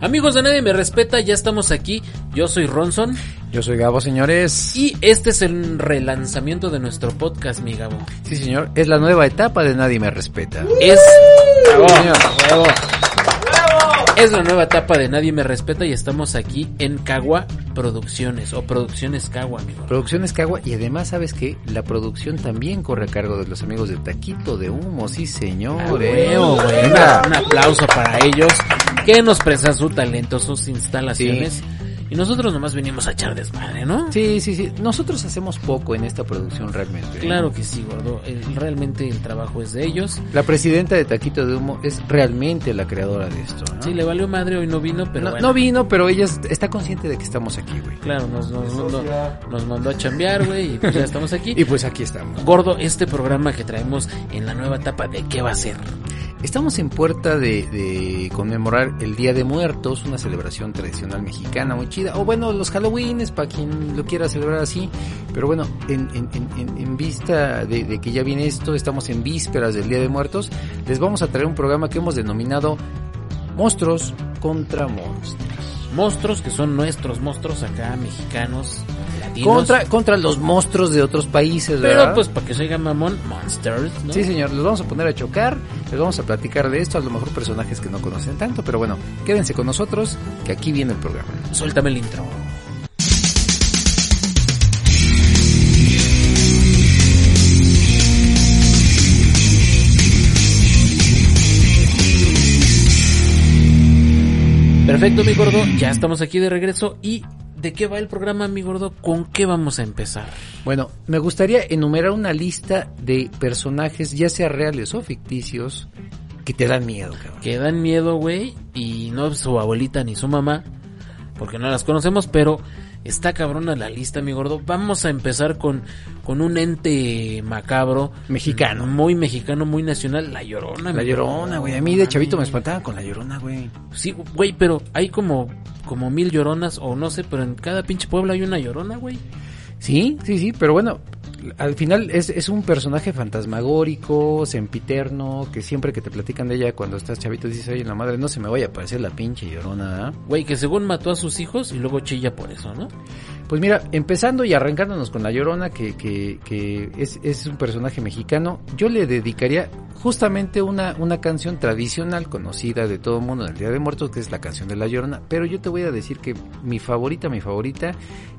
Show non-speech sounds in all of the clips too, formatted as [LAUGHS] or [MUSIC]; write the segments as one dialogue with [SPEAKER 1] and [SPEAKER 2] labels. [SPEAKER 1] Amigos de Nadie Me Respeta, ya estamos aquí. Yo soy Ronson
[SPEAKER 2] Yo soy Gabo, señores.
[SPEAKER 1] y este es el relanzamiento de nuestro podcast, mi Gabo.
[SPEAKER 2] Sí, señor, es la nueva etapa de Nadie Me Respeta.
[SPEAKER 1] Es,
[SPEAKER 2] Sí, señor.
[SPEAKER 1] es la nueva etapa de Nadie Me Respeta y estamos aquí en Cagua Producciones o Producciones Cagua, amigo.
[SPEAKER 2] Producciones Cagua y además sabes que la producción también corre a cargo de los amigos de Taquito de Humo, sí
[SPEAKER 1] Ah,
[SPEAKER 2] señor. eh.
[SPEAKER 1] huevo, güey.
[SPEAKER 2] Venga.
[SPEAKER 1] Un aplauso para ellos que nos prestan su talento, sus instalaciones. Y nosotros nomás venimos a echar desmadre, ¿no?
[SPEAKER 2] Sí, sí, sí. Nosotros hacemos poco en esta producción realmente. ¿eh?
[SPEAKER 1] Claro que sí, gordo. El- realmente el trabajo es de ellos.
[SPEAKER 2] La presidenta de Taquito de Humo es realmente la creadora de esto, ¿no?
[SPEAKER 1] Sí, le valió madre, hoy no vino, pero
[SPEAKER 2] no,
[SPEAKER 1] bueno.
[SPEAKER 2] no vino, pero ella es- está consciente de que estamos aquí, güey.
[SPEAKER 1] Claro, nos, nos, mandó, nos mandó a chambear, güey, y pues ya estamos aquí.
[SPEAKER 2] [LAUGHS] Y pues aquí estamos.
[SPEAKER 1] Gordo, este programa que traemos en la nueva etapa, ¿de qué va a ser?
[SPEAKER 2] Estamos en puerta de, de conmemorar el Día de Muertos, una celebración tradicional mexicana muy chida. O bueno, los Halloweenes, para quien lo quiera celebrar así. Pero bueno, en, en- en- en- en vista de, de que ya viene esto, estamos en vísperas del Día de Muertos, les vamos a traer un programa que hemos denominado Monstruos contra Monstruos.
[SPEAKER 1] Monstruos que son nuestros monstruos acá, mexicanos, latinos.
[SPEAKER 2] Contra, contra los monstruos de otros países, ¿verdad?
[SPEAKER 1] pero pues para que se oiga mamón, Monsters, ¿no?
[SPEAKER 2] Sí, señor, los vamos a poner a chocar, les vamos a platicar de esto, a lo mejor personajes que no conocen tanto, pero bueno, quédense con nosotros, que aquí viene el programa.
[SPEAKER 1] Suéltame el intro. Perfecto, mi gordo. Ya estamos aquí de regreso. ¿Y de qué va el programa, mi gordo? ¿Con qué vamos a empezar?
[SPEAKER 2] Bueno, me gustaría enumerar una lista de personajes, ya sea reales o ficticios, que te dan miedo, cabrón.
[SPEAKER 1] Que dan miedo, güey. Y no su abuelita ni su mamá. Porque no las conocemos, pero está cabrona la lista, mi gordo. Vamos a empezar con, con un ente macabro.
[SPEAKER 2] Mexicano.
[SPEAKER 1] Muy mexicano, muy nacional. La llorona,
[SPEAKER 2] Mm, La
[SPEAKER 1] mi
[SPEAKER 2] llorona,
[SPEAKER 1] gordo.
[SPEAKER 2] güey. A mí de chavito me espantaban con la llorona, güey.
[SPEAKER 1] Sí, güey, pero hay como, como mil lloronas, o no sé, pero en cada pinche pueblo hay una llorona, güey.
[SPEAKER 2] Sí, sí, sí, pero bueno, al final es, es un personaje fantasmagórico, sempiterno, que siempre que te platican de ella cuando estás chavito dices, oye, la madre, no se me vaya a aparecer la pinche llorona, ¿ah? ¿verdad?
[SPEAKER 1] Güey, que según mató a sus hijos y luego chilla por eso, ¿no?
[SPEAKER 2] Pues mira, empezando y arrancándonos con La Llorona, que, que, que es, es un personaje mexicano, yo le dedicaría justamente una, una canción tradicional conocida de todo el mundo en el Día de Muertos, que es la canción de La Llorona, pero yo te voy a decir que mi favorita, mi favorita,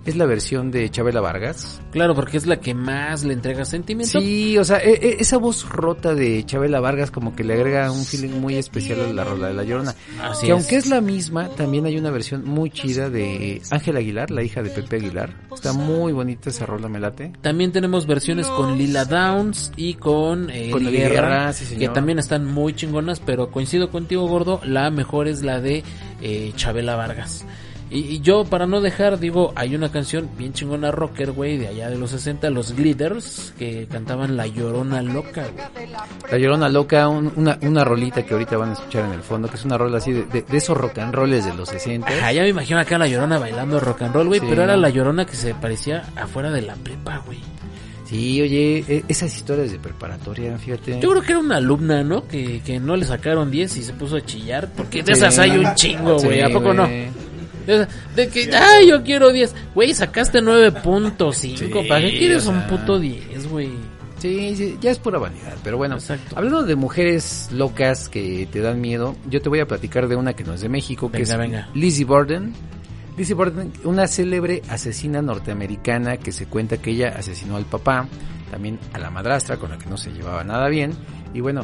[SPEAKER 2] es la versión de Chabela Vargas.
[SPEAKER 1] Claro, porque es la que más le entrega sentimiento.
[SPEAKER 2] Sí, o sea, e- e- esa voz rota de Chabela Vargas como que le agrega un feeling muy especial a la rola de La Llorona.
[SPEAKER 1] Así
[SPEAKER 2] Que aunque
[SPEAKER 1] es.
[SPEAKER 2] es la misma, también hay una versión muy chida de Ángel Aguilar, la hija de Pepe Aguilar. Está muy bonita esa rola, me late.
[SPEAKER 1] También tenemos versiones con Lila Downs y con, eh,
[SPEAKER 2] Con
[SPEAKER 1] Eli
[SPEAKER 2] Eli
[SPEAKER 1] Guerra,
[SPEAKER 2] Guerra, sí, señor.
[SPEAKER 1] que también están muy chingonas, pero coincido contigo, gordo, la mejor es la de eh, Chabela Vargas. Y, y yo, para no dejar, digo, hay una canción bien chingona rocker, güey, de allá de los 60, los Glitters, que cantaban La Llorona Loca, güey.
[SPEAKER 2] La Llorona Loca, un- una, una rolita que ahorita van a escuchar en el fondo, que es una rola así de, de- de esos rock and rolls de los 60.
[SPEAKER 1] Ajá, Ah, ya me imagino acá La Llorona bailando rock and roll, güey,
[SPEAKER 2] Sí.
[SPEAKER 1] pero era La Llorona que se parecía afuera de la prepa, güey.
[SPEAKER 2] Sí, oye, e- esas historias de preparatoria, fíjate.
[SPEAKER 1] Yo creo que era una alumna, ¿no? Que, que no le sacaron 10 y se puso a chillar, porque de
[SPEAKER 2] Sí.
[SPEAKER 1] esas hay un chingo,
[SPEAKER 2] Sí,
[SPEAKER 1] güey, ¿a poco no?
[SPEAKER 2] güey.
[SPEAKER 1] De, de que, ay, yo quiero 10. Güey, sacaste 9.5. ¿Para qué
[SPEAKER 2] Sí,
[SPEAKER 1] quieres
[SPEAKER 2] o sea.
[SPEAKER 1] un puto 10, güey?
[SPEAKER 2] Sí, sí, ya es pura vanidad, pero bueno.
[SPEAKER 1] Exacto.
[SPEAKER 2] Hablando de mujeres locas que te dan miedo, yo te voy a platicar de una que no es de México, que
[SPEAKER 1] Venga,
[SPEAKER 2] es
[SPEAKER 1] venga.
[SPEAKER 2] Lizzie Borden. Lizzie Borden, una célebre asesina norteamericana que se cuenta que ella asesinó al papá, también a la madrastra con la que no se llevaba nada bien, y bueno,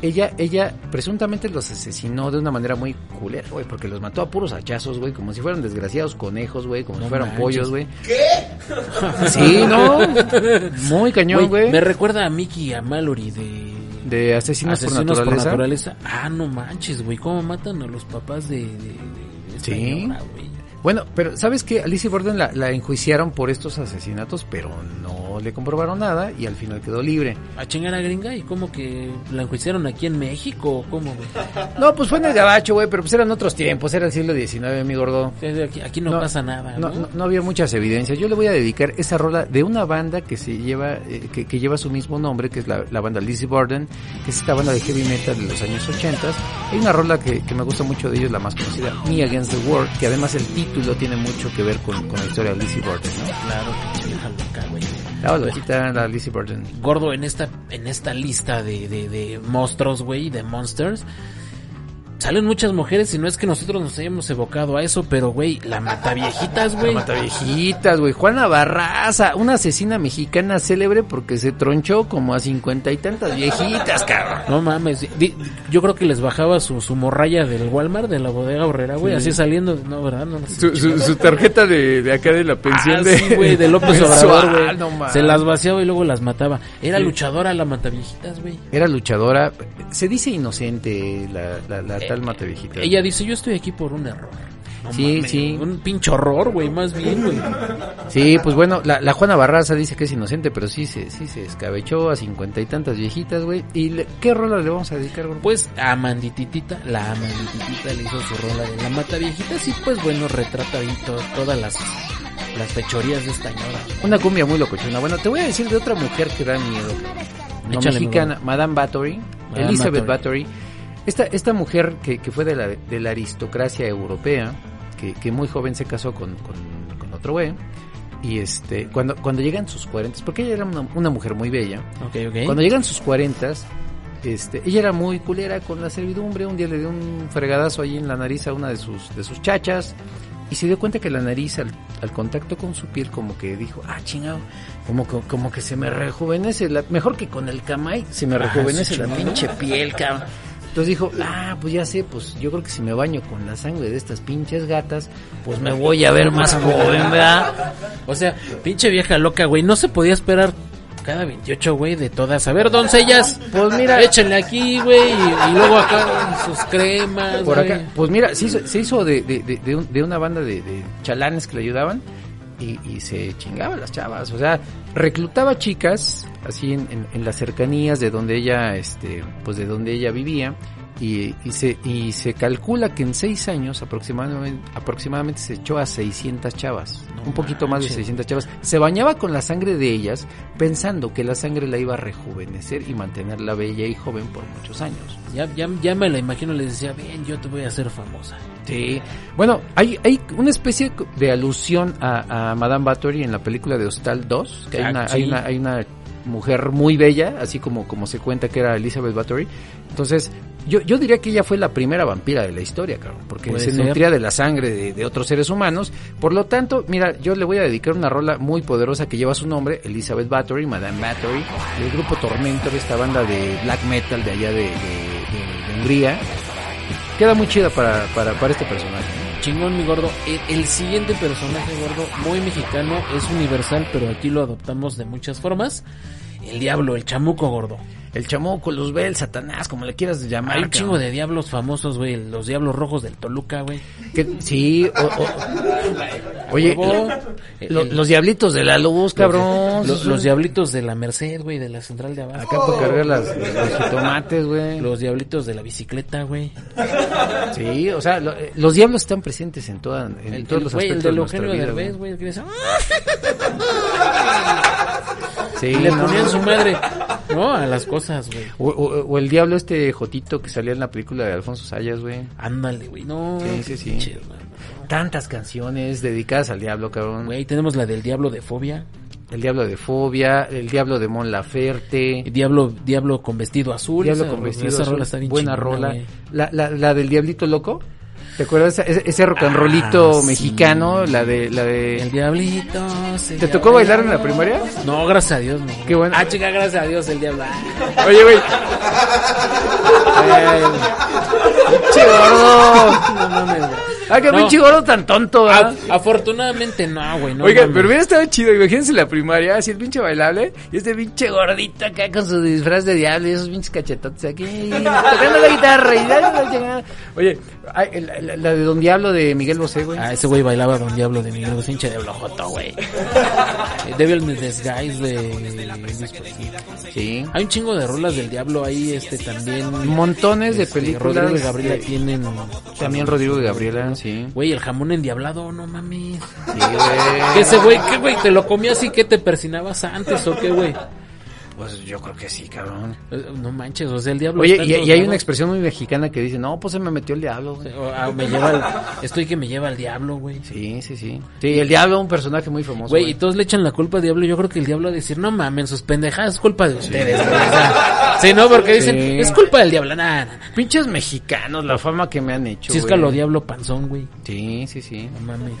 [SPEAKER 2] ella, ella presuntamente los asesinó de una manera muy culera, güey, porque los mató a puros hachazos, güey, como si fueran desgraciados conejos, güey, como
[SPEAKER 1] No
[SPEAKER 2] si fueran
[SPEAKER 1] manches.
[SPEAKER 2] pollos,
[SPEAKER 1] [LAUGHS]
[SPEAKER 2] güey. ¿Qué? Sí, no, muy cañón,
[SPEAKER 1] Güey,
[SPEAKER 2] güey.
[SPEAKER 1] Me recuerda a Mickey y a Mallory de.
[SPEAKER 2] De asesinos,
[SPEAKER 1] Asesinos por
[SPEAKER 2] naturaleza.
[SPEAKER 1] naturaleza. Ah, no manches, güey. ¿Cómo matan a los papás de. de, de esta
[SPEAKER 2] Sí.
[SPEAKER 1] señora, güey?
[SPEAKER 2] Bueno, pero ¿sabes qué? A Lizzie Borden la, la enjuiciaron por estos asesinatos, pero no no le comprobaron nada y al final quedó libre.
[SPEAKER 1] A chingar a gringa y como que la enjuiciaron aquí en México, ¿O ¿cómo, güey?
[SPEAKER 2] No, pues fue en el gabacho, güey, pero pues eran otros tiempos, era el siglo XIX, mi gordo.
[SPEAKER 1] Desde Aquí, aquí no,
[SPEAKER 2] No,
[SPEAKER 1] pasa nada,
[SPEAKER 2] No,
[SPEAKER 1] ¿no?
[SPEAKER 2] no- no había muchas evidencias. Yo le voy a dedicar esa rola de una banda que se lleva, eh, que, que lleva su mismo nombre, que es la, la banda Lizzie Borden, que es esta banda de heavy metal de los años 80. Hay una rola que, que me gusta mucho de ellos, la más conocida, Me Against the World, que además el título tiene mucho que ver con, con la historia de Lizzie Borden, ¿no?
[SPEAKER 1] Claro, pinche vieja loca, güey.
[SPEAKER 2] La balotita, la Lizzie Borden.
[SPEAKER 1] Gordo, en esta, en esta lista de, de, de monstruos, güey, de monsters, salen muchas mujeres y no es que nosotros nos hayamos evocado a eso, pero, güey, la mataviejitas, güey.
[SPEAKER 2] La Mataviejitas, güey. Juana Barraza, una asesina mexicana célebre porque se tronchó como a cincuenta y tantas viejitas, cabrón.
[SPEAKER 1] No mames, di- yo creo que les bajaba su, su morralla del Walmart, de la bodega horrera, güey, así saliendo, no, ¿verdad? No, no sé.
[SPEAKER 2] Su, su- su tarjeta de, de acá de la pensión
[SPEAKER 1] Ah,
[SPEAKER 2] de,
[SPEAKER 1] sí, güey, de López
[SPEAKER 2] [LAUGHS] mensual,
[SPEAKER 1] Obrador, güey.
[SPEAKER 2] no mames.
[SPEAKER 1] Se las vaciaba y luego las mataba. Era
[SPEAKER 2] Sí.
[SPEAKER 1] luchadora la mataviejitas, güey.
[SPEAKER 2] Era luchadora. Se dice inocente la, la, la tal Mataviejitas.
[SPEAKER 1] Ella dice, yo estoy aquí por un error. No
[SPEAKER 2] Sí, sí.
[SPEAKER 1] Un pinche horror, güey, más bien, güey.
[SPEAKER 2] Sí, pues bueno, la, la Juana Barraza dice que es inocente, pero sí se, sí se escabechó a cincuenta y tantas viejitas, güey. ¿Y le- qué rola le vamos a dedicar, güey?
[SPEAKER 1] Pues a Mandititita, la Mandititita le hizo su rola de la mata viejita, sí, pues bueno, retrata ahí to- todas las, las fechorías de esta ñora.
[SPEAKER 2] Una cumbia muy locochona. Bueno, te voy a decir de otra mujer que da miedo. No
[SPEAKER 1] Échale,
[SPEAKER 2] mexicana, Madame Bathory,
[SPEAKER 1] Madame
[SPEAKER 2] Elizabeth
[SPEAKER 1] Bathory.
[SPEAKER 2] Bathory. Esta, esta mujer que, que fue de la, de la aristocracia europea, que, que muy joven se casó con, con- con otro güey. Y este, cuando, cuando llegan sus 40, porque ella era una, una mujer muy bella,
[SPEAKER 1] Ok, ok.
[SPEAKER 2] cuando llegan sus 40, este, ella era muy culera con la servidumbre. Un día le dio un fregadazo ahí en la nariz a una de sus, de sus chachas. Y se dio cuenta que la nariz, al, al contacto con su piel, como que dijo, ah, chingado, como que, como que se me rejuvenece, la, mejor que con el camay, se me
[SPEAKER 1] Ah,
[SPEAKER 2] rejuvenece
[SPEAKER 1] sí,
[SPEAKER 2] la
[SPEAKER 1] chingado.
[SPEAKER 2] pinche piel, cabrón. Entonces dijo, ah, pues ya sé, pues yo creo que si me baño con la sangre de estas pinches gatas, pues me voy a ver más joven, ¿verdad?
[SPEAKER 1] O sea, pinche vieja loca, güey, no se podía esperar cada 28, güey, de todas. A ver, doncellas,
[SPEAKER 2] Pues mira,
[SPEAKER 1] échenle aquí, güey, y, y luego acá sus cremas,
[SPEAKER 2] Por acá,
[SPEAKER 1] güey.
[SPEAKER 2] pues mira, se hizo, se hizo de, de- de- de un- de una banda de, de chalanes que le ayudaban y, y se chingaba a las chavas. O sea, reclutaba chicas así en, en- en las cercanías de donde ella, este, pues de donde ella vivía. Y, y se, y se calcula que en seis años aproximadamente, aproximadamente se echó a 600 chavas,
[SPEAKER 1] No
[SPEAKER 2] un poquito más de
[SPEAKER 1] manches.
[SPEAKER 2] 600 chavas. Se bañaba con la sangre de ellas pensando que la sangre la iba a rejuvenecer y mantenerla bella y joven por muchos años.
[SPEAKER 1] Ya, ya, ya me la imagino, les decía, bien, yo te voy a hacer famosa.
[SPEAKER 2] Sí. Bueno, hay, hay una especie de alusión a, a Madame Bathory en la película de Hostal 2. Que hay,
[SPEAKER 1] Ah,
[SPEAKER 2] una,
[SPEAKER 1] sí.
[SPEAKER 2] hay, una, hay una mujer muy bella, así como, como se cuenta que era Elizabeth Bathory. Entonces, yo, yo diría que ella fue la primera vampira de la historia, cabrón, porque
[SPEAKER 1] Puede
[SPEAKER 2] se
[SPEAKER 1] ser.
[SPEAKER 2] nutría de la sangre de, de otros seres humanos. Por lo tanto, mira, yo le voy a dedicar una rola muy poderosa que lleva su nombre, Elizabeth Bathory, Madame Bathory, del grupo Tormentor, esta banda de black metal de allá de, de- de- de Hungría. Queda muy chida para, para, para este personaje.
[SPEAKER 1] Chingón, mi gordo. El, el siguiente personaje, gordo, muy mexicano, es universal, pero aquí lo adoptamos de muchas formas. El diablo, el chamuco, gordo.
[SPEAKER 2] El chamuco, Luzbel, Satanás, como le quieras llamar.
[SPEAKER 1] Hay un chingo
[SPEAKER 2] Ah, cabrón.
[SPEAKER 1] de diablos famosos, güey. Los diablos rojos del Toluca, güey.
[SPEAKER 2] Que- sí, o- o- oye,
[SPEAKER 1] Huevo.
[SPEAKER 2] lo-
[SPEAKER 1] El-
[SPEAKER 2] los diablitos de la luz, cabrón. Ah,
[SPEAKER 1] Los, los diablitos de la Merced, güey, de la central de abajo.
[SPEAKER 2] Acá por cargar las, los jitomates, güey.
[SPEAKER 1] Los diablitos de la bicicleta, güey.
[SPEAKER 2] Sí, o sea, lo- eh, los diablos están presentes en, toda, en
[SPEAKER 1] El,
[SPEAKER 2] todos
[SPEAKER 1] el-
[SPEAKER 2] los
[SPEAKER 1] güey, el
[SPEAKER 2] aspectos
[SPEAKER 1] del
[SPEAKER 2] de nuestra
[SPEAKER 1] Eugenio
[SPEAKER 2] vida.
[SPEAKER 1] Derbez, güey.
[SPEAKER 2] güey.
[SPEAKER 1] el que dice, "Ah",
[SPEAKER 2] Sí,
[SPEAKER 1] y le
[SPEAKER 2] no,
[SPEAKER 1] ponían
[SPEAKER 2] no.
[SPEAKER 1] su madre, ¿no? A las cosas, güey.
[SPEAKER 2] O, o- o el diablo este Jotito que salía en la película de Alfonso Sayas, güey.
[SPEAKER 1] Ándale, güey. No,
[SPEAKER 2] Sí, sí, sí.
[SPEAKER 1] pinche, güey.
[SPEAKER 2] Tantas canciones dedicadas al diablo, cabrón.
[SPEAKER 1] Güey, tenemos la del diablo de fobia.
[SPEAKER 2] El diablo de Fobia, el diablo de Mon Laferte.
[SPEAKER 1] eh, Diablo, Diablo con vestido azul.
[SPEAKER 2] Diablo
[SPEAKER 1] esa-
[SPEAKER 2] con vestido
[SPEAKER 1] Esa
[SPEAKER 2] azul,
[SPEAKER 1] rola está bien
[SPEAKER 2] buena
[SPEAKER 1] chingona, eh.
[SPEAKER 2] rola.
[SPEAKER 1] güey.
[SPEAKER 2] La, la, la del Diablito Loco. ¿Te acuerdas? Ese, ese rock and rollito
[SPEAKER 1] Ah, sí.
[SPEAKER 2] mexicano, la de... La
[SPEAKER 1] El
[SPEAKER 2] de...
[SPEAKER 1] diablito. se
[SPEAKER 2] ¿Te tocó
[SPEAKER 1] llama-
[SPEAKER 2] bailar en la primaria?
[SPEAKER 1] No, gracias a Dios, no.
[SPEAKER 2] Qué bueno.
[SPEAKER 1] Ah, chica, gracias a Dios el diablo. Ah,
[SPEAKER 2] Oye, güey. Ay, pinche gordo.
[SPEAKER 1] No mames, güey.
[SPEAKER 2] Ah, qué
[SPEAKER 1] No.
[SPEAKER 2] pinche gordo tan tonto, ¿verdad?
[SPEAKER 1] A- Ah, afortunadamente no, güey. No,
[SPEAKER 2] Oiga,
[SPEAKER 1] mames.
[SPEAKER 2] pero hubiera estado chido, imagínense la primaria, así el pinche bailable, y este pinche gordito acá con su disfraz de diablo y esos pinches cachetotes aquí, tocando la guitarra y dale la chingada. Oye, Ay, la, la- la de Don Diablo de Miguel Bosé, güey.
[SPEAKER 1] Ah, ese güey bailaba Don Diablo de Miguel Bosé, hinche de blojoto, güey. Eh, Devil in Disguise de Elvis Presley.
[SPEAKER 2] Sí.
[SPEAKER 1] Hay un chingo de rolas del Diablo ahí, este también.
[SPEAKER 2] Montones de
[SPEAKER 1] este,
[SPEAKER 2] películas.
[SPEAKER 1] Rodrigo y Gabriela
[SPEAKER 2] eh,
[SPEAKER 1] tienen.
[SPEAKER 2] También Rodrigo de Gabriela, sí.
[SPEAKER 1] Güey, el jamón endiablado, no mames. [LAUGHS]
[SPEAKER 2] Sí, güey.
[SPEAKER 1] Ese güey, ¿qué güey? ¿Te lo comías y que te persinabas antes o qué, güey?
[SPEAKER 2] Pues yo creo que sí, cabrón.
[SPEAKER 1] Eh, No manches, o sea, el diablo.
[SPEAKER 2] Oye,
[SPEAKER 1] está en
[SPEAKER 2] y,
[SPEAKER 1] todos
[SPEAKER 2] y hay
[SPEAKER 1] lados.
[SPEAKER 2] una expresión muy mexicana que dice, no, pues se me metió el diablo, güey.
[SPEAKER 1] O- ah, me lleva al- estoy que me lleva al diablo, güey.
[SPEAKER 2] Sí, pues, sí, sí. Sí, el diablo es un personaje muy famoso.
[SPEAKER 1] Güey, y todos le echan la culpa al diablo. Yo creo que el diablo va a decir, no mamen, sus pendejadas es culpa de ustedes, güey. O sea, sí, no, porque dicen,
[SPEAKER 2] Sí.
[SPEAKER 1] es culpa del diablo. Nah, nah, nah.
[SPEAKER 2] Pinches mexicanos, la fama que me han hecho.
[SPEAKER 1] Císcalo
[SPEAKER 2] güey.
[SPEAKER 1] diablo panzón, güey.
[SPEAKER 2] Sí, sí, sí.
[SPEAKER 1] No mames.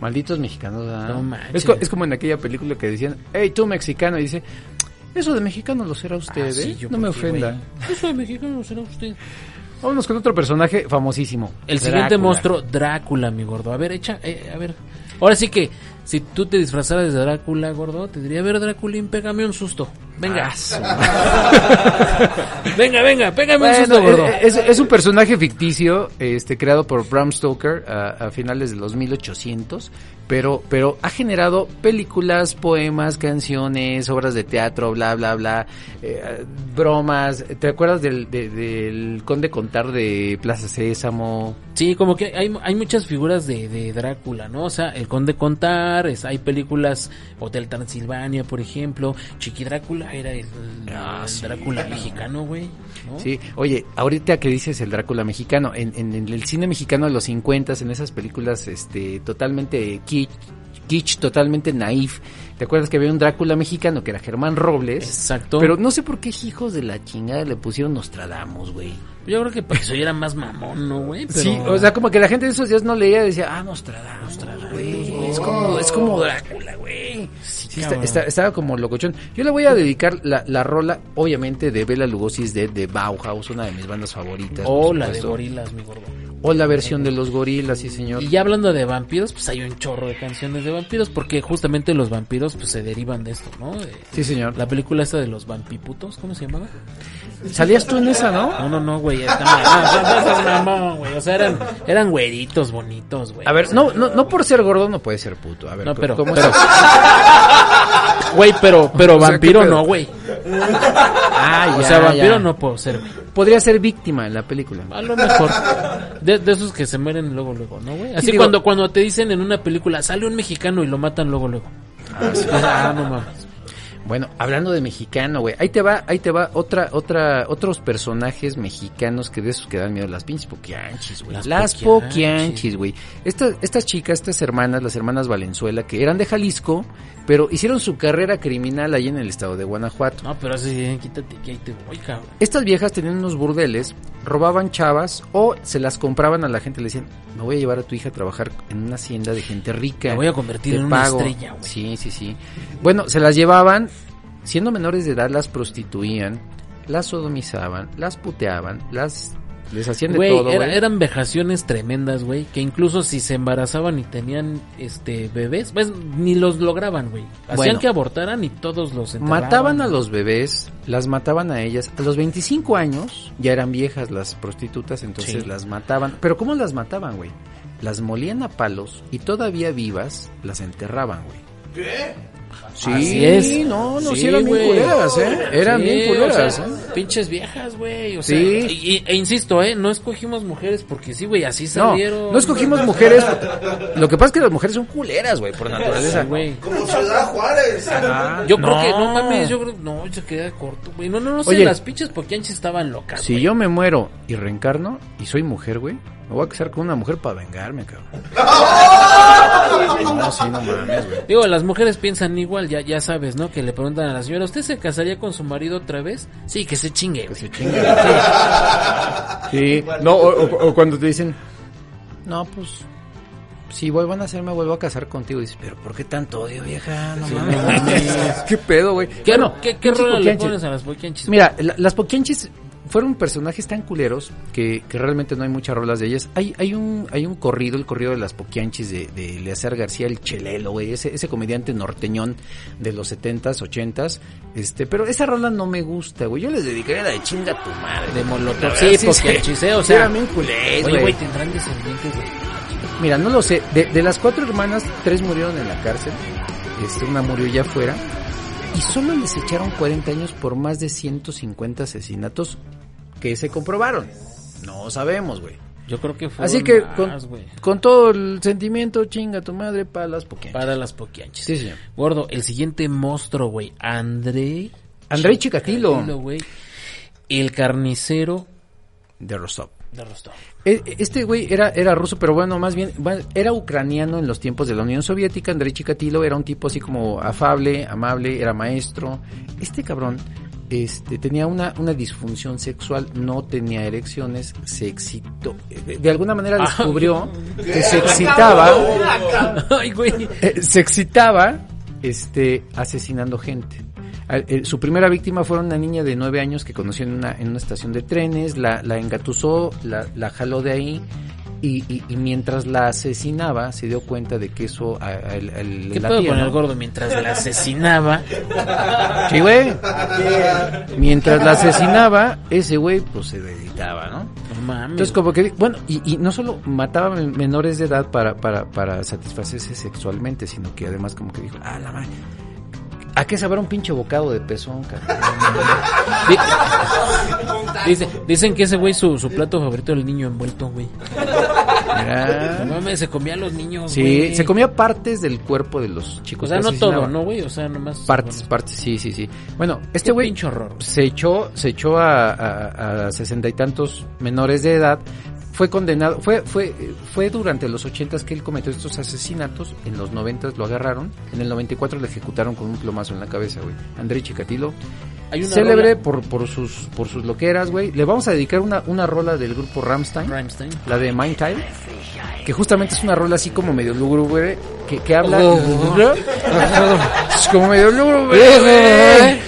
[SPEAKER 2] Malditos mexicanos. ¿verdad?
[SPEAKER 1] No manches.
[SPEAKER 2] es, co- es como en aquella película que decían, hey, tú mexicano, y dice, eso de mexicano lo será usted,
[SPEAKER 1] Ah, sí,
[SPEAKER 2] ¿eh?
[SPEAKER 1] yo
[SPEAKER 2] No me
[SPEAKER 1] por qué,
[SPEAKER 2] ofenda.
[SPEAKER 1] güey. Eso de mexicano será usted.
[SPEAKER 2] Vámonos con otro personaje famosísimo.
[SPEAKER 1] El siguiente
[SPEAKER 2] Drácula.
[SPEAKER 1] monstruo, Drácula, mi gordo. A ver, echa, eh, a ver. Ahora sí que, si tú te disfrazaras de Drácula, gordo, te diría, a ver, Draculín, pégame un susto. Venga.
[SPEAKER 2] Ah, su-
[SPEAKER 1] venga, venga, pégame
[SPEAKER 2] Ah. Bueno, eh,
[SPEAKER 1] un susto, gordo.
[SPEAKER 2] es, es un personaje ficticio, este, creado por Bram Stoker a, a finales de los 1800, pero, pero ha generado películas, poemas, canciones, obras de teatro, bla, bla, bla, eh, bromas. ¿Te acuerdas del, de- del Conde Contar de Plaza Sésamo?
[SPEAKER 1] Sí, como que hay, hay muchas figuras de, de Drácula, ¿no? O sea, El Conde Contar, es- hay películas, Hotel Transilvania, por ejemplo, Chiqui Drácula era el, el Drácula mexicano, güey. ¿no?
[SPEAKER 2] Ah, Sí, oye, ahorita que dices el Drácula mexicano, en, en- en el cine mexicano de los 50, en esas películas este, totalmente kitsch, kitsch, totalmente naif, ¿te acuerdas que había un Drácula mexicano que era Germán Robles?
[SPEAKER 1] Exacto.
[SPEAKER 2] Pero no sé por qué hijos de la chingada le pusieron Nostradamus, güey.
[SPEAKER 1] yo creo que para que se oyera más mamón, ¿no, güey? Pero-
[SPEAKER 2] Sí, o sea, como que la gente de esos días no leía, decía, ah, Nostradamus, güey, es como, es como Drácula, güey.
[SPEAKER 1] Sí,
[SPEAKER 2] Sí, está-
[SPEAKER 1] cabrón.
[SPEAKER 2] está- estaba como locochón. Yo le voy a dedicar la, la rola, obviamente, de Bela Lugosi, de, de Bauhaus, una de mis bandas favoritas. por
[SPEAKER 1] O la de
[SPEAKER 2] supuesto.
[SPEAKER 1] gorilas, mi gordo.
[SPEAKER 2] O la versión de los gorilas, sí señor.
[SPEAKER 1] Y ya hablando de vampiros, pues hay un chorro de canciones de vampiros, porque justamente los vampiros pues se derivan de esto, ¿no? De-
[SPEAKER 2] Sí señor.
[SPEAKER 1] la película esta de los vampiputos, ¿cómo se llamaba?
[SPEAKER 2] Salías tú en esa, ¿no?
[SPEAKER 1] No, no, no, güey, está mal. No, no, no seas mamón, güey. O sea, eran, eran güeritos bonitos, güey.
[SPEAKER 2] A ver, no, no, no por ser gordo no puede ser puto. A ver,
[SPEAKER 1] No, pero-
[SPEAKER 2] ¿cómo
[SPEAKER 1] pero-
[SPEAKER 2] es?
[SPEAKER 1] Güey, pero, pero
[SPEAKER 2] O sea,
[SPEAKER 1] vampiro
[SPEAKER 2] ¿qué pedo?
[SPEAKER 1] no, güey.
[SPEAKER 2] Ah,
[SPEAKER 1] O
[SPEAKER 2] ya,
[SPEAKER 1] sea,
[SPEAKER 2] ya.
[SPEAKER 1] vampiro no puedo ser, güey.
[SPEAKER 2] Podría ser víctima en la película.
[SPEAKER 1] A lo mejor. De, de esos que se mueren luego, luego, ¿no, güey? Así
[SPEAKER 2] digo-
[SPEAKER 1] cuando, cuando te dicen en una película, sale un mexicano y lo matan luego, luego. Ah, no mames.
[SPEAKER 2] Bueno, hablando de mexicano, güey, ahí te va, ahí te va otra, otra, otros personajes mexicanos que de esos que dan miedo, las pinches poquianchis, güey.
[SPEAKER 1] Las
[SPEAKER 2] Las,
[SPEAKER 1] poquianchis.
[SPEAKER 2] poquianchis, güey. Estas, estas chicas, estas hermanas, las hermanas Valenzuela, que eran de Jalisco, pero hicieron su carrera criminal allí en el estado de Guanajuato.
[SPEAKER 1] No, pero así, eh, quítate que ahí te voy, cabrón.
[SPEAKER 2] Estas viejas tenían unos burdeles, robaban chavas o se las compraban a la gente. Le decían, me voy a llevar a tu hija a trabajar en una hacienda de gente rica.
[SPEAKER 1] Me voy a convertir
[SPEAKER 2] Te
[SPEAKER 1] en una estrella, güey.
[SPEAKER 2] Sí, sí, sí. Bueno, se las llevaban, siendo menores de edad, las prostituían, las sodomizaban, las puteaban, las... Les hacían de
[SPEAKER 1] Güey,
[SPEAKER 2] todo,
[SPEAKER 1] era-
[SPEAKER 2] güey.
[SPEAKER 1] eran vejaciones tremendas, güey, que incluso si se embarazaban y tenían este bebés, pues ni los lograban, güey. Hacían
[SPEAKER 2] Bueno.
[SPEAKER 1] que abortaran y todos los enterraban.
[SPEAKER 2] Mataban a los bebés, las mataban a ellas. A los 25 años ya eran viejas las prostitutas, entonces
[SPEAKER 1] Sí.
[SPEAKER 2] las mataban. Pero ¿cómo las mataban, güey? Las molían a palos y todavía vivas las enterraban, güey. ¿Qué? Sí,
[SPEAKER 1] Así es.
[SPEAKER 2] no, no, sí,
[SPEAKER 1] Sí,
[SPEAKER 2] eran bien
[SPEAKER 1] güey.
[SPEAKER 2] culeras, ¿eh? Eran
[SPEAKER 1] Sí,
[SPEAKER 2] bien
[SPEAKER 1] o
[SPEAKER 2] culeras,
[SPEAKER 1] sea,
[SPEAKER 2] ¿eh?
[SPEAKER 1] Pinches viejas, güey. O
[SPEAKER 2] Sí.
[SPEAKER 1] sea, y- y- e insisto, eh, no escogimos mujeres porque sí, güey, así
[SPEAKER 2] No,
[SPEAKER 1] salieron.
[SPEAKER 2] no escogimos mujeres. Lo que pasa es que las mujeres son culeras, güey, por
[SPEAKER 1] Sí,
[SPEAKER 2] naturaleza.
[SPEAKER 1] güey.
[SPEAKER 3] Como Ciudad Juárez.
[SPEAKER 2] Ah.
[SPEAKER 1] Yo creo que, no mames, yo creo, no, se queda corto, güey. No, no, no sé,
[SPEAKER 2] Oye.
[SPEAKER 1] las pinches poquianchis estaban locas.
[SPEAKER 2] Si
[SPEAKER 1] güey.
[SPEAKER 2] yo me muero y reencarno y soy mujer, güey, me voy a casar con una mujer para vengarme, cabrón. No, sí, no mames, güey.
[SPEAKER 1] Digo, las mujeres piensan igual, ya, ya sabes, ¿no? Que le preguntan a la señora, ¿usted se casaría con su marido otra vez? Sí, que se chingue.
[SPEAKER 2] Que
[SPEAKER 1] güey.
[SPEAKER 2] se chingue. Sí, no, o, o- o cuando te dicen, no, pues, si vuelvan a hacerme, vuelvo a casar contigo. Dices, pero ¿por qué tanto odio, vieja? No mames. [LAUGHS] ¿Qué pedo, güey?
[SPEAKER 1] ¿Qué,
[SPEAKER 2] Bueno,
[SPEAKER 1] ¿qué, qué
[SPEAKER 2] pinches
[SPEAKER 1] rola le
[SPEAKER 2] poquianchis.
[SPEAKER 1] pones a las poquianchis?
[SPEAKER 2] Mira, la- las poquianchis fueron personajes tan culeros que, que, realmente no hay muchas rolas de ellas. Hay, hay, un, hay un corrido, el corrido de las poquianchis de, de Eleazar García, el Chelelo, güey, ese, ese comediante norteñón de los 70s, 80s. Este, pero esa rola no me gusta, güey. Yo les dedicaría la de chinga a tu madre.
[SPEAKER 1] De Molotov. Sí, sí, poquianchis, eh, o sea.
[SPEAKER 2] bien culés,
[SPEAKER 1] Oye, güey, tendrán descendientes de...
[SPEAKER 2] Mira, no lo sé. De, de las cuatro hermanas, tres murieron en la cárcel. Este, una murió ya afuera y solo les echaron 40 años por más de 150 asesinatos que se comprobaron. No sabemos, güey.
[SPEAKER 1] Yo creo que fue.
[SPEAKER 2] Así que más, con, con, todo el sentimiento, chinga tu madre para las poquianches.
[SPEAKER 1] Para las poquianches.
[SPEAKER 2] Sí, señor.
[SPEAKER 1] Gordo, el siguiente monstruo, güey. André.
[SPEAKER 2] André Chikatilo. Chikatilo
[SPEAKER 1] güey. El carnicero.
[SPEAKER 2] De Rostov.
[SPEAKER 1] De
[SPEAKER 2] [LAUGHS]
[SPEAKER 1] Rostov.
[SPEAKER 2] Este güey era, era ruso, pero bueno, más bien era ucraniano en los tiempos de la Unión Soviética. Andrei Chikatilo era un tipo así como afable, amable, era maestro. Este cabrón este, tenía una, una disfunción sexual, no tenía erecciones, se excitó. De alguna manera descubrió que se excitaba.
[SPEAKER 1] Ay, güey.
[SPEAKER 2] Eh, Se excitaba este, asesinando gente eh, su primera víctima fue una niña de 9 años que conoció en una, en una estación de trenes, la, la engatusó, la, la, jaló de ahí y, y, y, mientras la asesinaba se dio cuenta de que eso... A, a, a,
[SPEAKER 1] ¿Qué la puedo con el gordo mientras la asesinaba?
[SPEAKER 2] Sí, güey. Mientras la asesinaba, ese güey pues se dedicaba, ¿no?
[SPEAKER 1] no mames.
[SPEAKER 2] Entonces como que, bueno, y, y, no solo mataba menores de edad para, para, para satisfacerse sexualmente, sino que además como que dijo, ah, la madre. ¿A qué sabrá un pinche bocado de pezón, cabrón?
[SPEAKER 1] [LAUGHS] Dice, dicen que ese güey su, su plato favorito era el niño envuelto, güey.
[SPEAKER 2] Mira.
[SPEAKER 1] No mames, se comía a los niños,
[SPEAKER 2] Sí,
[SPEAKER 1] güey.
[SPEAKER 2] se comía partes del cuerpo de los chicos.
[SPEAKER 1] O sea, no todo, ¿no, güey? O sea, nomás.
[SPEAKER 2] Partes, bueno. partes, sí, sí, sí. Bueno, este
[SPEAKER 1] Qué
[SPEAKER 2] güey.
[SPEAKER 1] Pinche horror.
[SPEAKER 2] Se echó, se echó a sesenta y tantos menores de edad fue condenado, fue, fue, fue durante los 80 que él cometió estos asesinatos, en los 90 lo agarraron, en el 94 lo ejecutaron con un plomazo en la cabeza, güey. André Chikatilo,
[SPEAKER 1] Hay una
[SPEAKER 2] célebre
[SPEAKER 1] rola.
[SPEAKER 2] por, por, sus, por sus loqueras, güey. Le vamos a dedicar una, una rola del grupo Ramstein,
[SPEAKER 1] Rammstein.
[SPEAKER 2] la de Mind Time, que justamente es una rola así como medio lúgubre, que, que habla...
[SPEAKER 1] Oh, oh, oh.
[SPEAKER 2] [LAUGHS] es como medio Pues, lúgubre,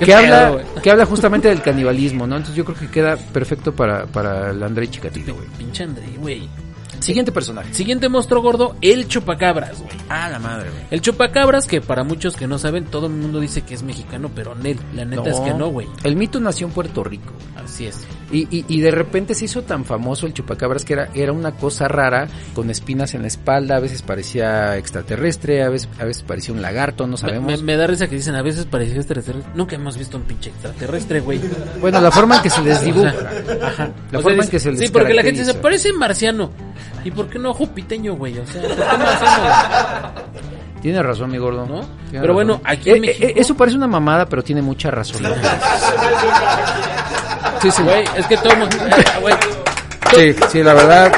[SPEAKER 2] que habla, pedo, que habla justamente del canibalismo, ¿no? Entonces yo creo que queda perfecto para, para el André Chikatilo, güey.
[SPEAKER 1] Pinche André, güey.
[SPEAKER 2] Siguiente personaje.
[SPEAKER 1] Siguiente monstruo gordo, el chupacabras, güey.
[SPEAKER 2] Ah, la madre, güey.
[SPEAKER 1] El chupacabras, que para muchos que no saben, todo el mundo dice que es mexicano, pero Nel, la neta
[SPEAKER 2] No.
[SPEAKER 1] es que no, güey.
[SPEAKER 2] El mito nació en Puerto Rico.
[SPEAKER 1] Así es.
[SPEAKER 2] Y, y, y de repente se hizo tan famoso el chupacabras que era, era una cosa rara, con espinas en la espalda, a veces parecía extraterrestre, a veces, a veces parecía un lagarto, no
[SPEAKER 1] Me,
[SPEAKER 2] sabemos.
[SPEAKER 1] me- me da risa que dicen, a veces parecía extraterrestre. Nunca hemos visto un pinche extraterrestre, güey.
[SPEAKER 2] Bueno, la forma en que se les
[SPEAKER 1] [LAUGHS]
[SPEAKER 2] dibuja.
[SPEAKER 1] Ajá.
[SPEAKER 2] [LAUGHS] La
[SPEAKER 1] O sea,
[SPEAKER 2] forma en
[SPEAKER 1] dice-
[SPEAKER 2] que se les
[SPEAKER 1] Sí, porque la gente se
[SPEAKER 2] caracteriza.
[SPEAKER 1] parece marciano. ¿Y por qué no jupiteño, güey? O sea, ¿por qué marciano, güey?
[SPEAKER 2] Tiene razón, mi gordo.
[SPEAKER 1] ¿No?
[SPEAKER 2] Tiene
[SPEAKER 1] Pero
[SPEAKER 2] razón.
[SPEAKER 1] bueno, aquí en
[SPEAKER 2] Eh, eh,
[SPEAKER 1] México-
[SPEAKER 2] eso parece una mamada, pero tiene
[SPEAKER 1] [LAUGHS]
[SPEAKER 2] mucha razón. Sí, sí.
[SPEAKER 1] Güey, es que todo mu- eh, [LAUGHS] güey.
[SPEAKER 2] Sí, sí, la verdad.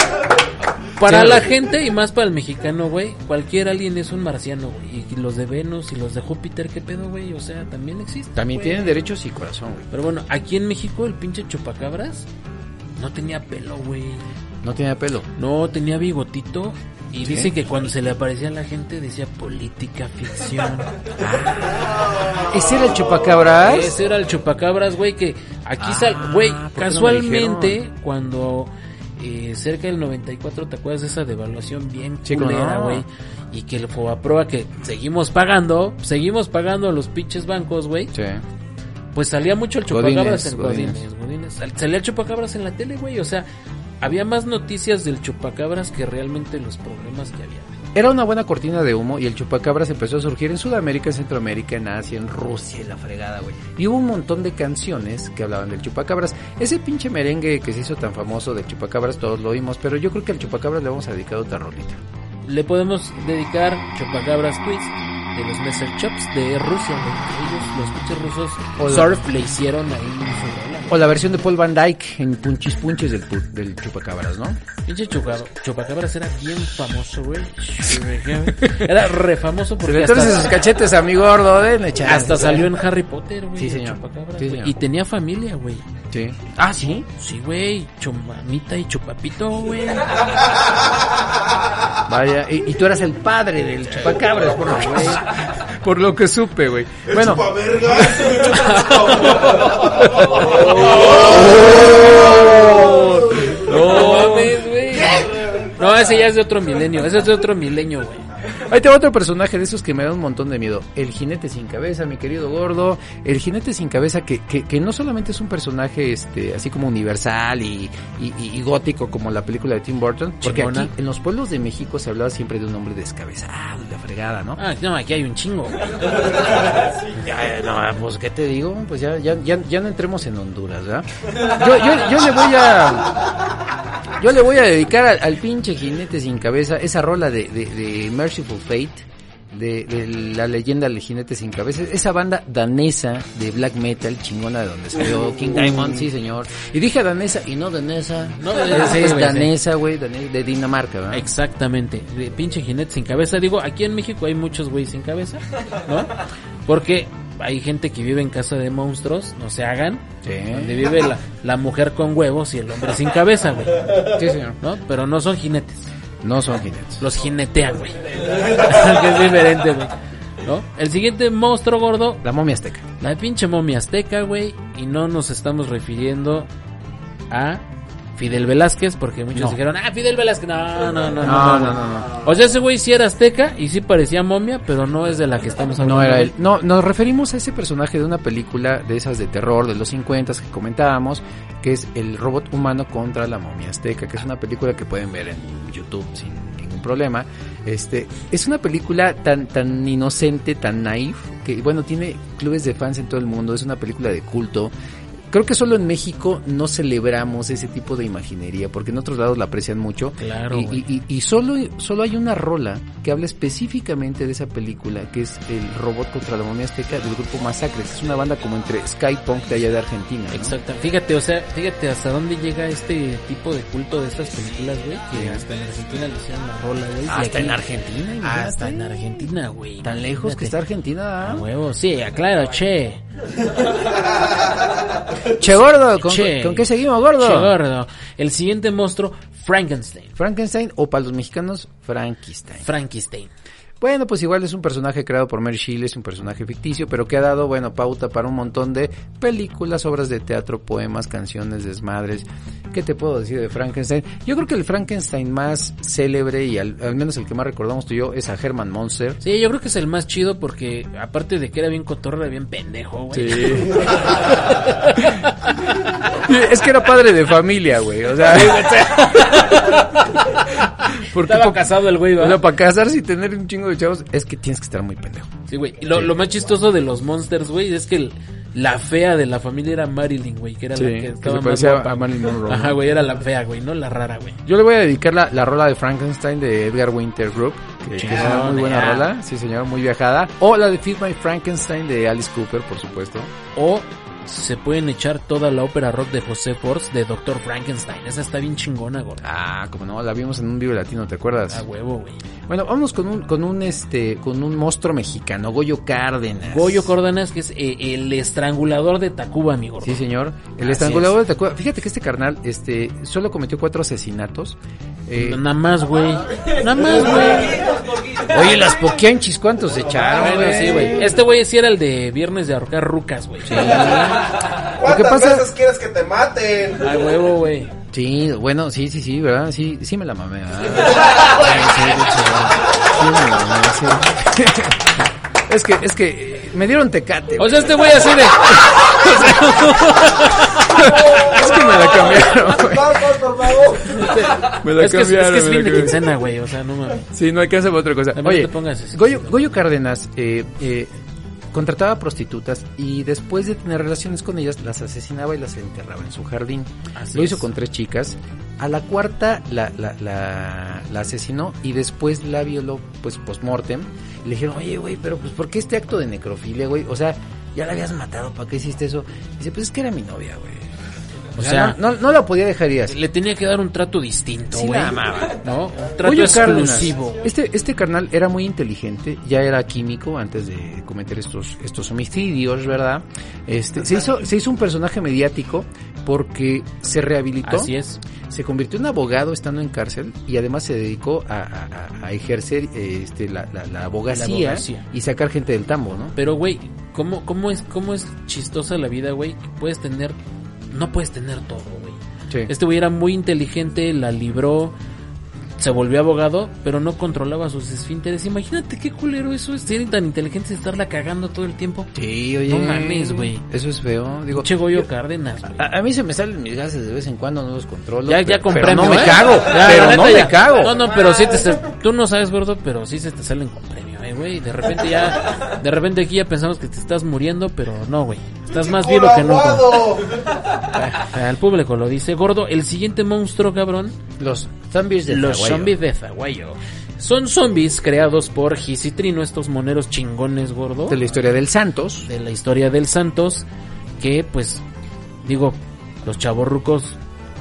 [SPEAKER 1] Para
[SPEAKER 2] Sí.
[SPEAKER 1] la gente y más para el mexicano, güey, cualquier alguien es un marciano, güey. Y los de Venus y los de Júpiter, ¿qué pedo, güey? O sea, también existen.
[SPEAKER 2] También
[SPEAKER 1] güey.
[SPEAKER 2] tienen derechos y corazón, güey.
[SPEAKER 1] Pero bueno, aquí en México el pinche chupacabras no tenía pelo, güey.
[SPEAKER 2] No tiene pelo.
[SPEAKER 1] No tenía bigotito. Y
[SPEAKER 2] Sí.
[SPEAKER 1] dice que cuando se le aparecía a la gente decía política ficción.
[SPEAKER 2] ¿Ese era el chupacabras?
[SPEAKER 1] Ese era el chupacabras, güey, que aquí
[SPEAKER 2] Ah,
[SPEAKER 1] sal, güey,
[SPEAKER 2] ¿por qué no me
[SPEAKER 1] casualmente
[SPEAKER 2] dijeron?
[SPEAKER 1] cuando eh, cerca del 94, ¿te acuerdas de esa devaluación bien
[SPEAKER 2] Sí, cómo
[SPEAKER 1] culera,
[SPEAKER 2] no.
[SPEAKER 1] güey? Y que el prueba que seguimos pagando, seguimos pagando a los pinches bancos, güey.
[SPEAKER 2] Sí.
[SPEAKER 1] Pues salía mucho el chupacabras
[SPEAKER 2] Godínez,
[SPEAKER 1] en
[SPEAKER 2] Godínez.
[SPEAKER 1] Godínez, Godínez. Sal- Salía el chupacabras en la tele, güey, o sea, había más noticias del chupacabras que realmente los problemas que había. güey.
[SPEAKER 2] Era una buena cortina de humo y el chupacabras empezó a surgir en Sudamérica, en Centroamérica, en Asia, en Rusia, en la fregada, güey. Y hubo un montón de canciones que hablaban del chupacabras. Ese pinche merengue que se hizo tan famoso del chupacabras, todos lo oímos, pero yo creo que al chupacabras le vamos a dedicar otra rolita.
[SPEAKER 1] Le podemos dedicar chupacabras twist de los Messer Chops de Rusia, güey. Ellos, los pinches rusos,
[SPEAKER 2] Hola.
[SPEAKER 1] surf le hicieron ahí en su rola.
[SPEAKER 2] O la versión de Paul Van Dyke en Punchis Punches del, pu- del chupacabras, ¿no?
[SPEAKER 1] Pinche chupa- chupacabras era bien famoso, güey. Era re famoso porque
[SPEAKER 2] Entonces sus
[SPEAKER 1] hasta,
[SPEAKER 2] cachetes a mi gordo, denle chance.
[SPEAKER 1] hasta salió en Harry Potter, güey.
[SPEAKER 2] Sí,
[SPEAKER 1] el
[SPEAKER 2] señor.
[SPEAKER 1] chupacabras,
[SPEAKER 2] Sí,
[SPEAKER 1] güey.
[SPEAKER 2] señor.
[SPEAKER 1] Y tenía familia, güey.
[SPEAKER 2] Sí. Ah, ¿sí?
[SPEAKER 1] Sí, güey. Chumamita y chupapito, güey.
[SPEAKER 2] Vaya, y, y tú eras el padre del chupacabras, por lo menos. [LAUGHS] por lo que supe, güey. Bueno.
[SPEAKER 3] [LAUGHS]
[SPEAKER 1] No mames, güey. No, ese ya es de otro milenio. Ese es de otro milenio, güey.
[SPEAKER 2] Ahí te va otro personaje de esos que me da un montón de miedo. El jinete sin cabeza, mi querido gordo. El jinete sin cabeza que, que, que no solamente es un personaje este así como universal y, y- y- y gótico como la película de Tim Burton. Porque
[SPEAKER 1] Chingona.
[SPEAKER 2] aquí en los pueblos de México se hablaba siempre de un hombre descabezado, y la fregada, ¿no?
[SPEAKER 1] Ah, no, aquí hay un chingo. güey.
[SPEAKER 2] Ya, no, pues qué te digo, pues ya, ya, ya, ya no entremos en Honduras, ¿verdad? Yo, yo, yo le voy a yo le voy a dedicar al, al pinche jinete sin cabeza esa rola de, de, de Merciful Fate. De, de la leyenda del jinete sin cabeza, esa banda danesa de black metal chingona de donde salió King Diamond, sí señor. Y dije danesa y no danesa,
[SPEAKER 1] No danesa,
[SPEAKER 2] es,
[SPEAKER 1] sí,
[SPEAKER 2] es
[SPEAKER 1] güey, sí.
[SPEAKER 2] danesa, güey, dane- de Dinamarca, ¿verdad?
[SPEAKER 1] Exactamente, de pinche jinete sin cabeza. Digo, aquí en México hay muchos güeyes sin cabeza, ¿no? Porque hay gente que vive en casa de monstruos, no se hagan.
[SPEAKER 2] Sí.
[SPEAKER 1] Donde vive la, la mujer con huevos y el hombre sin cabeza, güey.
[SPEAKER 2] Sí señor.
[SPEAKER 1] ¿No? Pero no son jinetes,
[SPEAKER 2] No son jinetes.
[SPEAKER 1] los jinetean, güey. [LAUGHS] que es diferente, güey. ¿No? El siguiente monstruo gordo,
[SPEAKER 2] La momia azteca.
[SPEAKER 1] la pinche momia azteca, güey. Y no nos estamos refiriendo a Fidel Velázquez, porque muchos
[SPEAKER 2] No. Ah,
[SPEAKER 1] dijeron, ah, Fidel Velázquez. No, no, no, no.
[SPEAKER 2] No,
[SPEAKER 1] no,
[SPEAKER 2] no,
[SPEAKER 1] güey.
[SPEAKER 2] no, no.
[SPEAKER 1] O sea, ese güey sí era azteca y sí parecía momia, pero no es de la que estamos hablando.
[SPEAKER 2] No era él. No, nos referimos a ese personaje de una película de esas de terror de los 50 que comentábamos, que es El robot humano contra la momia azteca, que es una película que pueden ver en YouTube sin ningún problema. Este, es una película tan tan inocente, tan naif, que bueno, tiene clubes de fans en todo el mundo, es una película de culto. Creo que solo en México no celebramos ese tipo de imaginería, porque en otros lados la aprecian mucho.
[SPEAKER 1] Claro,
[SPEAKER 2] Y-
[SPEAKER 1] güey.
[SPEAKER 2] y, y- y solo, solo hay una rola que habla específicamente de esa película, que es El robot contra la momia azteca del grupo Masacre. que Es una banda como entre Sky Punk de allá de Argentina. ¿no?
[SPEAKER 1] Exacto. Fíjate, o sea, fíjate hasta dónde llega este tipo de culto de estas películas, güey. Que
[SPEAKER 2] Sí.
[SPEAKER 1] hasta en Argentina le hicieron la rola, güey. y
[SPEAKER 2] Hasta
[SPEAKER 1] aquí-
[SPEAKER 2] Ah, en Argentina, imagínate.
[SPEAKER 1] Hasta en Argentina, güey.
[SPEAKER 2] Tan lejos que está
[SPEAKER 1] Imagínate.
[SPEAKER 2] Argentina.
[SPEAKER 1] A
[SPEAKER 2] ¿ah?
[SPEAKER 1] huevo, sí, aclaro, che.
[SPEAKER 2] Che gordo, ¿con,
[SPEAKER 1] Che.
[SPEAKER 2] con qué seguimos gordo?
[SPEAKER 1] Che gordo. El siguiente monstruo, Frankenstein.
[SPEAKER 2] Frankenstein o para los mexicanos, Frankenstein.
[SPEAKER 1] Frankenstein.
[SPEAKER 2] Bueno, pues igual es un personaje creado por Mary Shelley, es un personaje ficticio, pero que ha dado, bueno, pauta para un montón de películas, obras de teatro, poemas, canciones, desmadres. ¿Qué te puedo decir de Frankenstein? Yo creo que el Frankenstein más célebre y al, al menos el que más recordamos tú y yo es a Herman Monster.
[SPEAKER 1] Sí, yo creo que es el más chido porque aparte de que era bien cotorro, era bien pendejo,
[SPEAKER 2] [LAUGHS]
[SPEAKER 1] güey. [LAUGHS]
[SPEAKER 2] es que era padre de familia, güey. [LAUGHS] O sea, porque
[SPEAKER 1] Estaba casado el güey, ¿verdad?
[SPEAKER 2] para casarse y tener un chingo de chavos es que tienes que estar muy pendejo.
[SPEAKER 1] Sí, güey. Y Lo, lo más chistoso de los monsters, güey, es que el- la fea de la familia era Marilyn, güey, que era
[SPEAKER 2] Sí,
[SPEAKER 1] la que
[SPEAKER 2] que
[SPEAKER 1] estaba
[SPEAKER 2] se
[SPEAKER 1] más
[SPEAKER 2] parecía
[SPEAKER 1] guapa.
[SPEAKER 2] a Marilyn Monroe, ¿no?
[SPEAKER 1] Ajá, güey, era la fea, güey, no la rara, güey.
[SPEAKER 2] Yo le voy a dedicar la, la rola de Frankenstein de Edgar Winter Group, que, que es una muy buena
[SPEAKER 1] Chingona.
[SPEAKER 2] rola, sí señor, muy viajada. O la de Feed My Frankenstein de Alice Cooper, por supuesto.
[SPEAKER 1] O se pueden echar toda la ópera rock de José Force de Doctor Frankenstein. Esa está bien chingona, gorda.
[SPEAKER 2] Ah, como no, la vimos en un vivo latino, ¿te acuerdas?
[SPEAKER 1] A huevo, güey.
[SPEAKER 2] Bueno, vamos con un, con un este, con un monstruo mexicano, Goyo Cárdenas.
[SPEAKER 1] Goyo Córdenas, que es eh, el estrangulador de Tacuba, mi gordo.
[SPEAKER 2] Sí, señor. El
[SPEAKER 1] Así
[SPEAKER 2] estrangulador de Tacuba. Fíjate que este carnal, este, solo cometió cuatro asesinatos. Eh,
[SPEAKER 1] Nada más, güey. Nada más, güey.
[SPEAKER 2] Oye, las poquianchis, ¿cuántos se echaron?
[SPEAKER 1] Bueno, sí, güey. Este güey sí era el de Viernes de ahorcar rucas, güey.
[SPEAKER 2] Lo que
[SPEAKER 3] ¿Cuántas
[SPEAKER 2] pasa-
[SPEAKER 3] veces quieres que te maten?
[SPEAKER 1] [LAUGHS] A huevo, güey.
[SPEAKER 2] Sí, bueno, sí, sí, sí, ¿verdad? Sí, sí me la mamé, ¿verdad? Sí, sí, sí, sí me la mamé, sí. Es que, es que eh, me dieron tecate.
[SPEAKER 1] O
[SPEAKER 2] güey.
[SPEAKER 1] sea, este güey así de...
[SPEAKER 2] Es que me la cambiaron, güey.
[SPEAKER 3] Vamos, por favor.
[SPEAKER 2] [LAUGHS] Me la
[SPEAKER 1] es, que, es- es que es
[SPEAKER 2] cambiaron,
[SPEAKER 1] fin
[SPEAKER 2] me la
[SPEAKER 1] de
[SPEAKER 2] cambiaron.
[SPEAKER 1] quincena, güey. O sea, no mames.
[SPEAKER 2] Sí, no hay que hacer otra cosa.
[SPEAKER 1] También
[SPEAKER 2] Oye,
[SPEAKER 1] no te pongas así.
[SPEAKER 2] Goyo, Goyo Cárdenas eh, eh, contrataba prostitutas y después de tener relaciones con ellas las asesinaba y las enterraba en su jardín.
[SPEAKER 1] Así
[SPEAKER 2] Lo hizo
[SPEAKER 1] es.
[SPEAKER 2] con tres chicas. A la cuarta la, la, la, la asesinó y después la violó pues post-mortem. Y Le dijeron, oye, güey, pero pues ¿por qué este acto de necrofilia, güey? O sea, ya la habías matado, ¿para qué hiciste eso? dice, pues es que era mi novia, güey.
[SPEAKER 1] O sea,
[SPEAKER 2] no, no, no la podía dejar ir así.
[SPEAKER 1] le tenía que dar un trato distinto,
[SPEAKER 2] Sí,
[SPEAKER 1] güey.
[SPEAKER 2] la amaba.
[SPEAKER 1] ¿No? Un trato
[SPEAKER 2] Oye, Cárdenas,
[SPEAKER 1] exclusivo.
[SPEAKER 2] este, este carnal era muy inteligente, ya era químico antes de cometer estos, estos homicidios, ¿verdad? Este, se, hizo, se hizo un personaje mediático porque se rehabilitó,
[SPEAKER 1] Así es.
[SPEAKER 2] se convirtió en abogado estando en cárcel y además se dedicó a, a- a- a ejercer eh, este, la, la- la abogacía
[SPEAKER 1] abogacía.
[SPEAKER 2] y sacar gente del tambo, ¿no?
[SPEAKER 1] Pero, güey, ¿cómo, cómo, es, ¿cómo es chistosa la vida, güey? Que puedes tener. No puedes tener todo, güey.
[SPEAKER 2] Sí.
[SPEAKER 1] Este güey era muy inteligente, la libró, se volvió abogado, pero no controlaba sus esfínteres. Imagínate qué culero eso es, ser tan inteligente y estarla cagando todo el tiempo.
[SPEAKER 2] Sí, oye.
[SPEAKER 1] No mames, güey.
[SPEAKER 2] Eso es feo. Digo,
[SPEAKER 1] Che Goyo Cárdenas, güey.
[SPEAKER 2] a, a mí se me salen mis gases de vez en cuando, no los controlo.
[SPEAKER 1] Ya, ya
[SPEAKER 2] pero- pero
[SPEAKER 1] comprendo.
[SPEAKER 2] no me
[SPEAKER 1] ¿eh?
[SPEAKER 2] cago,
[SPEAKER 1] Ya, la
[SPEAKER 2] pero
[SPEAKER 1] neta
[SPEAKER 2] no me
[SPEAKER 1] ya.
[SPEAKER 2] cago.
[SPEAKER 1] No, no, pero sí te sal- tú no sabes, gordo, pero sí se te salen con premio, eh, güey. De repente ya, de repente aquí ya pensamos que te estás muriendo, pero no, güey. Estás más vivo que nunca.
[SPEAKER 3] Aguado.
[SPEAKER 1] Al público lo dice, gordo, el siguiente monstruo, cabrón,
[SPEAKER 2] Los zombies de
[SPEAKER 1] Los
[SPEAKER 2] Zaguayo.
[SPEAKER 1] zombies de Zaguayo. Son zombies creados por Gisitrino, estos moneros chingones gordo
[SPEAKER 2] de la historia del Santos.
[SPEAKER 1] de la historia del Santos, que pues digo, los chavorrucos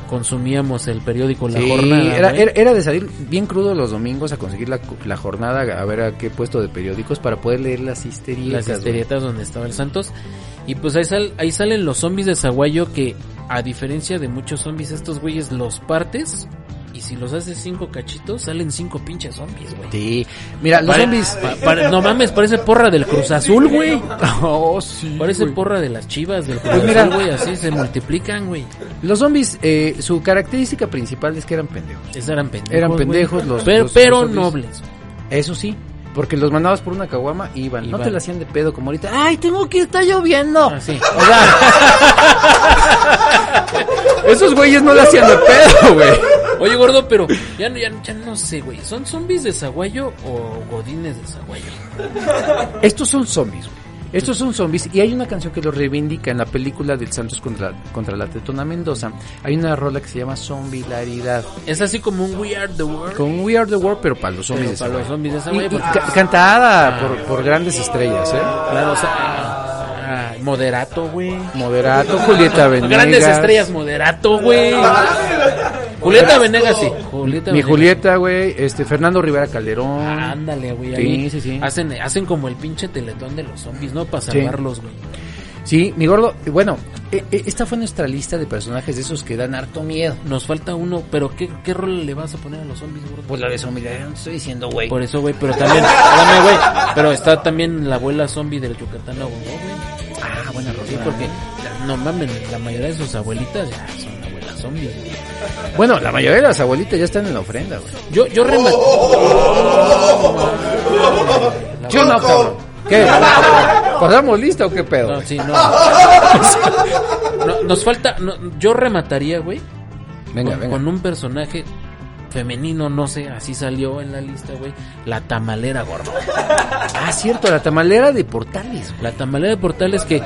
[SPEAKER 1] consumíamos el periódico La
[SPEAKER 2] Sí,
[SPEAKER 1] Jornada. ¿eh?
[SPEAKER 2] era,
[SPEAKER 1] güey.
[SPEAKER 2] era- era de salir bien crudo los domingos a conseguir la, la jornada, a ver a qué puesto de periódicos para poder leer las histerietas.
[SPEAKER 1] las historietas donde estaba el Santos. Y pues ahí, sal- ahí salen los zombies de Zaguayo que, a diferencia de muchos zombies, estos güeyes los partes y si los haces cinco cachitos, salen cinco pinches zombies, güey.
[SPEAKER 2] güey. Sí, mira, los
[SPEAKER 1] Pare-
[SPEAKER 2] zombies.
[SPEAKER 1] pa- pare- no mames, parece porra del Cruz Azul, güey.
[SPEAKER 2] [LAUGHS] Oh, sí,
[SPEAKER 1] Parece
[SPEAKER 2] güey.
[SPEAKER 1] porra de las chivas del Cruz
[SPEAKER 2] Pues mira.
[SPEAKER 1] Azul, güey. Así se multiplican, güey.
[SPEAKER 2] Los zombies, eh, su característica principal es que eran pendejos.
[SPEAKER 1] Esos Eran pendejos.
[SPEAKER 2] Eran
[SPEAKER 1] güey.
[SPEAKER 2] pendejos los-
[SPEAKER 1] Pero,
[SPEAKER 2] los-
[SPEAKER 1] pero
[SPEAKER 2] los zombies.
[SPEAKER 1] nobles.
[SPEAKER 2] Eso sí, porque los mandabas por una caguama y iban. Ah, No
[SPEAKER 1] Iban.
[SPEAKER 2] te la hacían de pedo como ahorita. ¡Ay, tengo que estar lloviendo!
[SPEAKER 1] Así.
[SPEAKER 2] O sea, esos güeyes no la hacían de pedo, güey.
[SPEAKER 1] Oye, gordo, pero ya, no- ya, no- ya no sé, güey. ¿Son zombies de Zaguayo o godines de Zaguayo?
[SPEAKER 2] [LAUGHS] Estos son zombies, güey. Estos son zombies y hay una canción que los reivindica en la película del Santos contra, contra la Tetona Mendoza. Hay una rola que se llama Zombilaridad.
[SPEAKER 1] Es así como un We Are the World.
[SPEAKER 2] Con We Are the World, pero para los zombies. Ah.
[SPEAKER 1] pero para los zombies de
[SPEAKER 2] Y-
[SPEAKER 1] Zaguayo.
[SPEAKER 2] y
[SPEAKER 1] porque-
[SPEAKER 2] ca- cantada por, por grandes estrellas, ¿eh?
[SPEAKER 1] claro, o sea, ah, ah, moderato, güey.
[SPEAKER 2] Moderato, Julieta Venegas.
[SPEAKER 1] Grandes estrellas, moderato,
[SPEAKER 2] [LAUGHS]
[SPEAKER 1] güey. Julieta Venegas, sí. Julieta
[SPEAKER 2] Mi
[SPEAKER 1] Venegas. Ah.
[SPEAKER 2] Julieta, güey. Este, Fernando Rivera Calderón.
[SPEAKER 1] Ándale, güey.
[SPEAKER 2] Sí,
[SPEAKER 1] ahí
[SPEAKER 2] sí, sí.
[SPEAKER 1] Hacen, hacen como el pinche teletón de los zombies, ¿no? Para
[SPEAKER 2] Sí.
[SPEAKER 1] salvarlos, güey.
[SPEAKER 2] Sí, mi gordo. Bueno, e- e- esta fue nuestra lista de personajes de esos que dan harto miedo.
[SPEAKER 1] Nos falta uno, pero ¿qué, qué rol le vas a poner a los zombies, gordo?
[SPEAKER 2] Pues la de Zombilaridad, no te estoy diciendo, güey.
[SPEAKER 1] Por eso, güey, pero también, [LAUGHS] espérame, güey, pero está también la abuela zombie del Yucatán, ¿no, güey?
[SPEAKER 2] Ah, buena rola.
[SPEAKER 1] Sí, porque, no mames, la mayoría de sus abuelitas ya son abuelas zombies, güey.
[SPEAKER 2] Bueno, la mayoría de las abuelitas ya están en la ofrenda, güey.
[SPEAKER 1] Yo, yo rema-
[SPEAKER 2] Oh.
[SPEAKER 1] La-
[SPEAKER 2] Yo no, cabrón.
[SPEAKER 1] [LAUGHS]
[SPEAKER 2] ¿Qué? ¿Corramos lista o qué pedo?
[SPEAKER 1] No,
[SPEAKER 2] güey?
[SPEAKER 1] sí, no. No, nos falta. no, yo remataría, güey.
[SPEAKER 2] Venga,
[SPEAKER 1] con,
[SPEAKER 2] venga.
[SPEAKER 1] con un personaje femenino, no sé, así salió en la lista, güey. La tamalera, gordo.
[SPEAKER 2] Ah, cierto, la tamalera de Portales. güey.
[SPEAKER 1] La tamalera de Portales que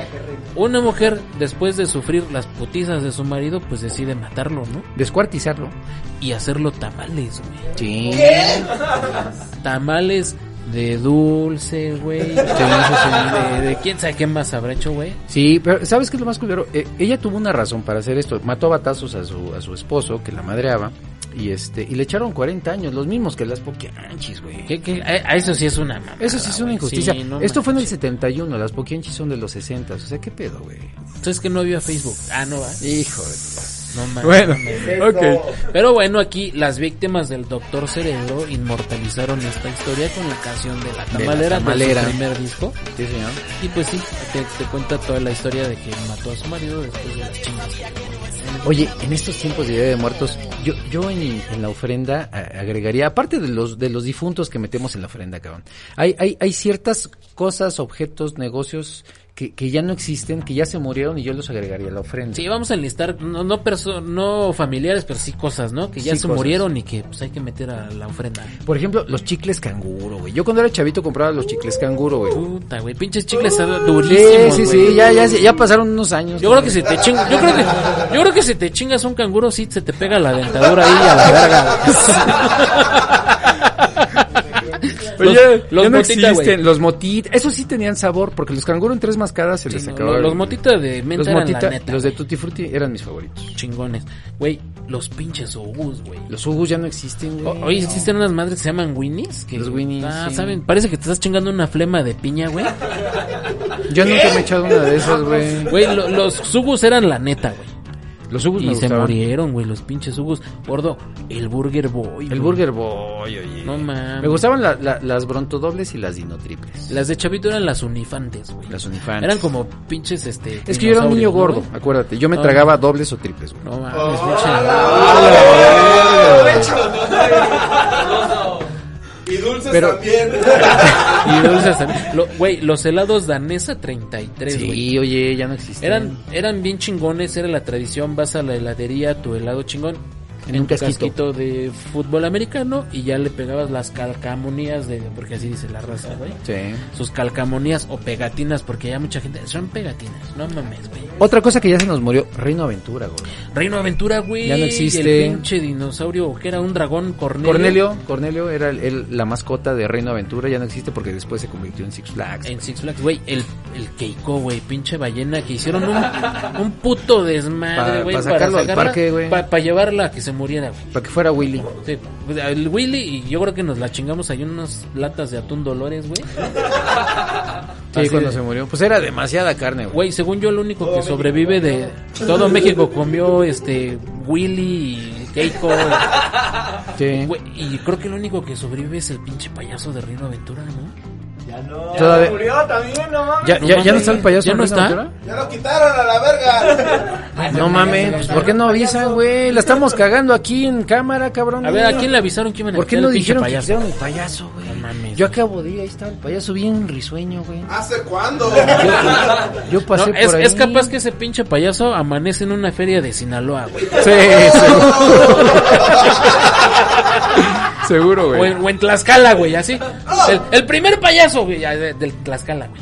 [SPEAKER 1] una mujer, después de sufrir las putizas de su marido, pues decide matarlo, ¿no?
[SPEAKER 2] Descuartizarlo.
[SPEAKER 1] Y hacerlo tamales, güey.
[SPEAKER 2] Sí.
[SPEAKER 1] Tamales de dulce, güey. De, de quién sabe qué más habrá hecho, güey.
[SPEAKER 2] Sí, pero ¿sabes qué es lo más culero? Eh, ella tuvo una razón para hacer esto. Mató a batazos a su, a su esposo, que la madreaba, y este y le echaron 40 años, los mismos que las poquianchis, güey.
[SPEAKER 1] ¿Qué, qué? A, a eso sí es una mamada,
[SPEAKER 2] Eso sí es una
[SPEAKER 1] güey.
[SPEAKER 2] injusticia.
[SPEAKER 1] Sí, no
[SPEAKER 2] esto fue en el
[SPEAKER 1] manches.
[SPEAKER 2] 71, las poquianchis son de los 60, o sea, ¿qué pedo, güey?
[SPEAKER 1] Entonces que no había Facebook. Ah, no, va.
[SPEAKER 2] Hijo de...
[SPEAKER 1] No mames.
[SPEAKER 2] Bueno,
[SPEAKER 3] Eso.
[SPEAKER 2] ok.
[SPEAKER 1] Pero bueno, aquí las víctimas del Doctor Cerebro inmortalizaron esta historia con la canción de la
[SPEAKER 2] la
[SPEAKER 1] tamalera, de
[SPEAKER 2] tamalera.
[SPEAKER 1] su primer disco.
[SPEAKER 2] Sí, señor.
[SPEAKER 1] Y pues sí, te, te cuenta toda la historia de que mató a su marido después de las chingas.
[SPEAKER 2] Oye, en estos tiempos de Día de Muertos, yo, yo en, en la ofrenda a- agregaría, aparte de los, de los difuntos que metemos en la ofrenda, cabrón, hay, hay, hay ciertas cosas, objetos, negocios que, que ya no existen, que ya se murieron y yo los agregaría a la ofrenda.
[SPEAKER 1] Sí, vamos a enlistar, no no, perso- no familiares, pero sí cosas, ¿no? Que ya
[SPEAKER 2] Sí,
[SPEAKER 1] se
[SPEAKER 2] cosas.
[SPEAKER 1] murieron y que pues hay que meter a la ofrenda.
[SPEAKER 2] Por ejemplo, los chicles canguro, güey. Yo cuando era chavito compraba los chicles canguro, güey.
[SPEAKER 1] Puta, güey, pinches chicles
[SPEAKER 2] Sí,
[SPEAKER 1] durísimos,
[SPEAKER 2] sí,
[SPEAKER 1] güey.
[SPEAKER 2] sí, ya, ya, ya pasaron unos años.
[SPEAKER 1] Yo creo que si te chingas, yo creo que, yo creo que si te chingas un canguro sí se te pega la dentadura ahí a la verga.
[SPEAKER 2] [LAUGHS] Pero
[SPEAKER 1] Los-
[SPEAKER 2] ya,
[SPEAKER 1] los
[SPEAKER 2] ya no
[SPEAKER 1] motita, güey.
[SPEAKER 2] existen, los motitas. Esos sí tenían sabor, porque los canguro en tres mascadas se
[SPEAKER 1] Sí,
[SPEAKER 2] les
[SPEAKER 1] no,
[SPEAKER 2] acababa.
[SPEAKER 1] los, los
[SPEAKER 2] el-
[SPEAKER 1] motitas de menta
[SPEAKER 2] los
[SPEAKER 1] eran
[SPEAKER 2] motita-
[SPEAKER 1] la neta.
[SPEAKER 2] los de
[SPEAKER 1] güey.
[SPEAKER 2] Tutti Frutti eran mis favoritos.
[SPEAKER 1] chingones. Güey, los pinches ogus, güey.
[SPEAKER 2] Los Hugus ya no existen,
[SPEAKER 1] O-
[SPEAKER 2] güey.
[SPEAKER 1] Oye, existen unas madres que se llaman Winnies. Que,
[SPEAKER 2] Los Winnies,
[SPEAKER 1] Ah,
[SPEAKER 2] sí.
[SPEAKER 1] ¿saben? Parece que te estás chingando una flema de piña, güey.
[SPEAKER 2] Yo nunca me he echado una de
[SPEAKER 1] [LAUGHS]
[SPEAKER 2] esas, güey.
[SPEAKER 1] Güey, lo- los Hugus eran la neta, güey.
[SPEAKER 2] Los Hugus
[SPEAKER 1] Y
[SPEAKER 2] me
[SPEAKER 1] se
[SPEAKER 2] gustaban.
[SPEAKER 1] murieron, güey, los pinches Hugus. Gordo, el Burger Boy.
[SPEAKER 2] El
[SPEAKER 1] güey.
[SPEAKER 2] Burger Boy, oye.
[SPEAKER 1] No mames.
[SPEAKER 2] Me gustaban la- la- las brontodobles y las dinotriples.
[SPEAKER 1] Las de Chavito eran las unifantes, güey.
[SPEAKER 2] Las unifantes.
[SPEAKER 1] Eran como pinches, este.
[SPEAKER 2] Es que yo era un niño
[SPEAKER 1] dinosaurios, ¿no,
[SPEAKER 2] gordo,
[SPEAKER 1] güey?
[SPEAKER 2] acuérdate. Yo me
[SPEAKER 1] Ah.
[SPEAKER 2] tragaba dobles o triples, güey.
[SPEAKER 1] No mames,
[SPEAKER 3] [LAUGHS] Y dulces
[SPEAKER 2] Pero-
[SPEAKER 3] también. [LAUGHS]
[SPEAKER 1] pinche- Y dulces también. Lo- Güey, los helados danesa 33, güey.
[SPEAKER 2] Sí, oye, ya no existen.
[SPEAKER 1] Eran, eran bien chingones, era la tradición, vas a la heladería, tu helado chingón.
[SPEAKER 2] En
[SPEAKER 1] En
[SPEAKER 2] un
[SPEAKER 1] tu
[SPEAKER 2] casquito.
[SPEAKER 1] casquito de fútbol americano y ya le pegabas las calcamonías de, porque así dice la raza, güey.
[SPEAKER 2] Sí.
[SPEAKER 1] Sus calcamonías o pegatinas, porque ya mucha gente, son pegatinas, no mames, güey.
[SPEAKER 2] Otra cosa que ya se nos murió, Reino Aventura, güey.
[SPEAKER 1] Reino Aventura, güey.
[SPEAKER 2] Ya no
[SPEAKER 1] y
[SPEAKER 2] existe.
[SPEAKER 1] El pinche dinosaurio, que era un dragón, Cornelio.
[SPEAKER 2] Cornelio, Cornelio era el- el- la mascota de Reino Aventura, ya no existe porque después se convirtió en Six Flags.
[SPEAKER 1] En Six Flags, güey, el, el Keiko, güey, pinche ballena que hicieron un, un puto desmadre,
[SPEAKER 2] Pa-
[SPEAKER 1] güey,
[SPEAKER 2] pa sacarlo al parque, güey.
[SPEAKER 1] Para llevarla a que se muriera, güey.
[SPEAKER 2] Para que fuera Willy.
[SPEAKER 1] Sí, pues, el Willy y yo creo que nos la chingamos ahí unas latas de atún Dolores,
[SPEAKER 2] [LAUGHS]
[SPEAKER 1] güey.
[SPEAKER 2] Sí,
[SPEAKER 1] Así
[SPEAKER 2] cuando
[SPEAKER 1] de-
[SPEAKER 2] se murió. Pues era demasiada carne, güey.
[SPEAKER 1] Güey, según yo, el único que sobrevive de todo México comió este Willy y
[SPEAKER 2] [LAUGHS]
[SPEAKER 1] Keiko. güey.
[SPEAKER 2] Sí.
[SPEAKER 1] Güey, y creo que el único que sobrevive es el pinche payaso de Reino Aventura, ¿no?
[SPEAKER 3] Ya no.
[SPEAKER 2] Todavía-
[SPEAKER 3] murió también, no mames.
[SPEAKER 2] ¿Ya,
[SPEAKER 1] No
[SPEAKER 2] ya, ya no
[SPEAKER 1] mames.
[SPEAKER 2] está el payaso
[SPEAKER 1] ¿Ya
[SPEAKER 2] en
[SPEAKER 1] no
[SPEAKER 2] Reino
[SPEAKER 1] está? Ah,
[SPEAKER 2] Aventura?
[SPEAKER 3] Ya lo quitaron a la [LAUGHS] verga.
[SPEAKER 2] No mames, pues ¿por qué no avisan, güey? La estamos cagando aquí en cámara, cabrón.
[SPEAKER 1] A ver, ¿a quién le avisaron que iban a
[SPEAKER 2] ¿Por qué
[SPEAKER 1] quitar
[SPEAKER 2] no
[SPEAKER 1] el pinche
[SPEAKER 2] dijeron que
[SPEAKER 1] payaso?
[SPEAKER 2] hicieron el payaso, güey?
[SPEAKER 1] No mames.
[SPEAKER 2] Yo acabo de ir, ahí estaba el payaso bien risueño, güey.
[SPEAKER 3] ¿Hace cuándo? [LAUGHS]
[SPEAKER 2] Yo pasé
[SPEAKER 1] No, es,
[SPEAKER 2] por ahí.
[SPEAKER 1] es capaz que ese pinche payaso amanece en una feria de Sinaloa, güey.
[SPEAKER 2] Sí,
[SPEAKER 1] [LAUGHS]
[SPEAKER 2] seguro. seguro,
[SPEAKER 1] O
[SPEAKER 2] güey.
[SPEAKER 1] en, o en Tlaxcala, güey, así. El, el primer payaso, güey, ya de- del Tlaxcala, güey.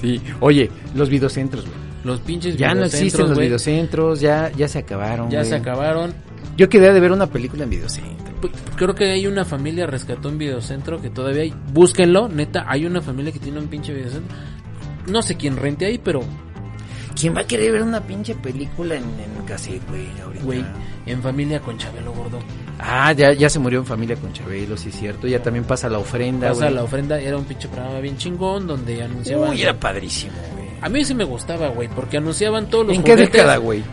[SPEAKER 2] Sí. Oye, los videocentros, güey.
[SPEAKER 1] Los pinches
[SPEAKER 2] Ya no
[SPEAKER 1] videocentros,
[SPEAKER 2] existen los
[SPEAKER 1] güey,
[SPEAKER 2] videocentros, ya, ya se acabaron.
[SPEAKER 1] Ya
[SPEAKER 2] güey.
[SPEAKER 1] se acabaron.
[SPEAKER 2] Yo quedé de ver una película en videocentro.
[SPEAKER 1] P- Creo que hay una familia rescató un videocentro que todavía hay. Búsquenlo, neta, hay una familia que tiene un pinche videocentro. No sé quién rente ahí, pero,
[SPEAKER 2] ¿Quién va a querer ver una pinche película en, en cassette, güey? ahorita?
[SPEAKER 1] güey, en familia con Chabelo Gordo.
[SPEAKER 2] Ah, ya, ya se murió en familia con Chabelo, sí es cierto. Ya también pasa la ofrenda,
[SPEAKER 1] Pasa
[SPEAKER 2] güey.
[SPEAKER 1] la ofrenda, era un pinche programa bien chingón donde anunciaban.
[SPEAKER 2] Uy, era padrísimo, güey.
[SPEAKER 1] A mí sí me gustaba, güey, porque anunciaban todos los
[SPEAKER 2] ¿En qué
[SPEAKER 1] juguetes.
[SPEAKER 2] década, güey?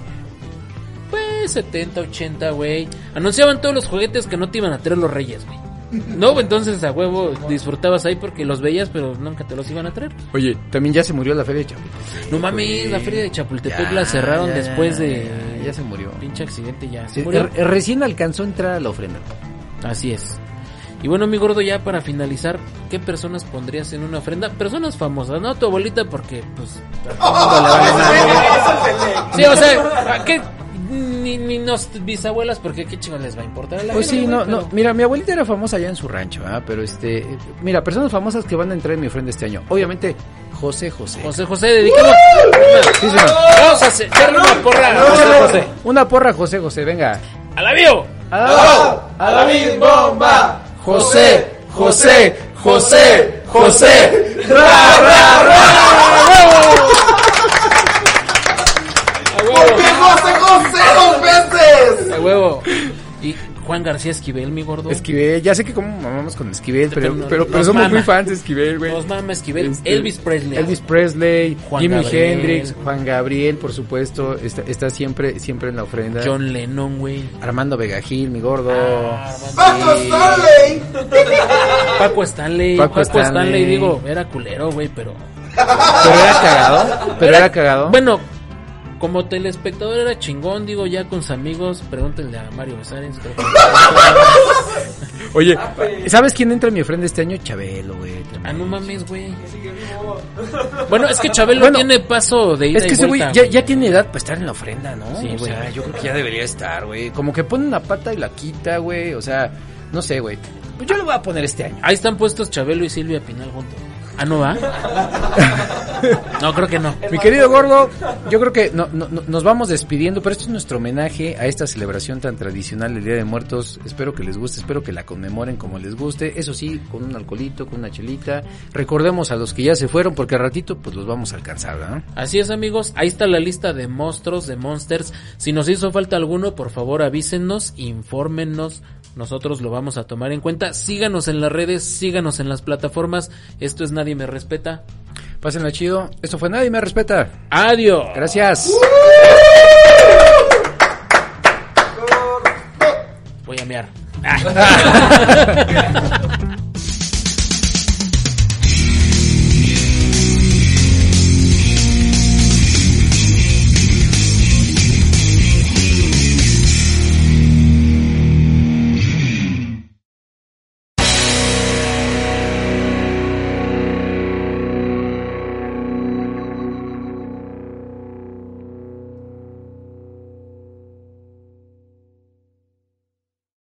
[SPEAKER 1] Pues 70, 80, güey. Anunciaban todos los juguetes que no te iban a traer los reyes, güey. No, entonces a huevo disfrutabas ahí porque los veías, pero nunca te los iban a traer.
[SPEAKER 2] Oye, también ya se murió la feria de Chapultepec.
[SPEAKER 1] No mames, la feria de Chapultepec la cerraron después de.
[SPEAKER 2] Ya, se murió.
[SPEAKER 1] Pinche accidente, ya se
[SPEAKER 2] Sí, er,
[SPEAKER 1] murió.
[SPEAKER 2] re- recién alcanzó a entrar a la ofrenda.
[SPEAKER 1] Así es. Y bueno, mi gordo, ya para finalizar, ¿qué personas pondrías en una ofrenda? Personas famosas, no tu abuelita, porque, pues. Sí, o sea, ¿a ¿qué? Ni, ni nos bisabuelas, porque qué chingón les va a importar a la
[SPEAKER 2] Pues
[SPEAKER 1] gente,
[SPEAKER 2] sí,
[SPEAKER 1] güey,
[SPEAKER 2] no,
[SPEAKER 1] pero-
[SPEAKER 2] no. Mira, mi abuelita era famosa allá en su rancho, ¿ah? Pero este. eh, Mira, personas famosas que van a entrar en mi ofrenda este año. Obviamente, José José.
[SPEAKER 1] José José, dedicamos.
[SPEAKER 2] Sí, señor.
[SPEAKER 1] Vamos a echarle una porra a José José.
[SPEAKER 2] Una porra, José José, venga.
[SPEAKER 1] ¡A la bio!
[SPEAKER 2] ¡A la,
[SPEAKER 3] bomba!
[SPEAKER 2] José, José, José,
[SPEAKER 3] José. ¡Porque José José dos veces!
[SPEAKER 1] ¡A huevo! Y Juan García Esquivel, mi gordo.
[SPEAKER 2] Esquivel, ya sé que como mamamos con Esquivel, pero,
[SPEAKER 1] Pero no,
[SPEAKER 2] pero, pero
[SPEAKER 1] nos
[SPEAKER 2] somos
[SPEAKER 1] mama.
[SPEAKER 2] muy fans de Esquivel, güey.
[SPEAKER 1] Los mama Esquivel.
[SPEAKER 2] Este,
[SPEAKER 1] Elvis Presley.
[SPEAKER 2] Elvis Presley,
[SPEAKER 1] Juan
[SPEAKER 2] Jimi
[SPEAKER 1] Gabriel.
[SPEAKER 2] Hendrix, Juan Gabriel, por supuesto, está, está siempre, siempre en la ofrenda.
[SPEAKER 1] John Lennon, güey.
[SPEAKER 2] Armando Vega Gil, mi gordo.
[SPEAKER 1] Ah,
[SPEAKER 3] ¡Paco
[SPEAKER 2] Sí.
[SPEAKER 3] Stanley!
[SPEAKER 1] Paco Stanley.
[SPEAKER 2] Paco
[SPEAKER 1] Paco,
[SPEAKER 2] Stanley.
[SPEAKER 1] Stanley. digo, era culero, güey, pero.
[SPEAKER 2] Pero era cagado, pero era cagado.
[SPEAKER 1] Bueno, como telespectador era chingón, digo, ya con sus amigos, pregúntenle a Mario Besares. creo que-
[SPEAKER 2] Oye, ¿sabes quién entra en mi ofrenda este año? Chabelo, güey. también.
[SPEAKER 1] Ah, no mames, güey. Bueno, es que Chabelo
[SPEAKER 2] Bueno,
[SPEAKER 1] tiene paso de ida
[SPEAKER 2] Es que
[SPEAKER 1] y
[SPEAKER 2] ese güey
[SPEAKER 1] vuelta,
[SPEAKER 2] ya, ya tiene edad para estar en la ofrenda, ¿no?
[SPEAKER 1] Sí,
[SPEAKER 2] o
[SPEAKER 1] güey.
[SPEAKER 2] sea, yo creo que ya debería estar, güey. Como que pone una pata y la quita, güey. O sea, no sé, güey. Pues yo lo voy a poner este año.
[SPEAKER 1] Ahí están puestos Chabelo y Silvia Pinal juntos. Ah, no va. No, creo que no.
[SPEAKER 2] Mi querido gordo, yo creo que no- no- no- nos vamos despidiendo, pero este es nuestro homenaje a esta celebración tan tradicional del Día de Muertos. Espero que les guste, espero que la conmemoren como les guste. Eso sí, con un alcoholito, con una chelita. Recordemos a los que ya se fueron, porque al ratito pues los vamos a alcanzar, ¿verdad?
[SPEAKER 1] Así es amigos, ahí está la lista de monstruos, de monsters. Si nos hizo falta alguno, por favor avísenos, infórmenos. Nosotros lo vamos a tomar en cuenta. Síganos en las redes, síganos en las plataformas. Esto es Nadie Me Respeta.
[SPEAKER 2] Pásenlo chido. Esto fue Nadie Me Respeta.
[SPEAKER 1] Adiós.
[SPEAKER 2] Gracias.
[SPEAKER 1] Voy a mear.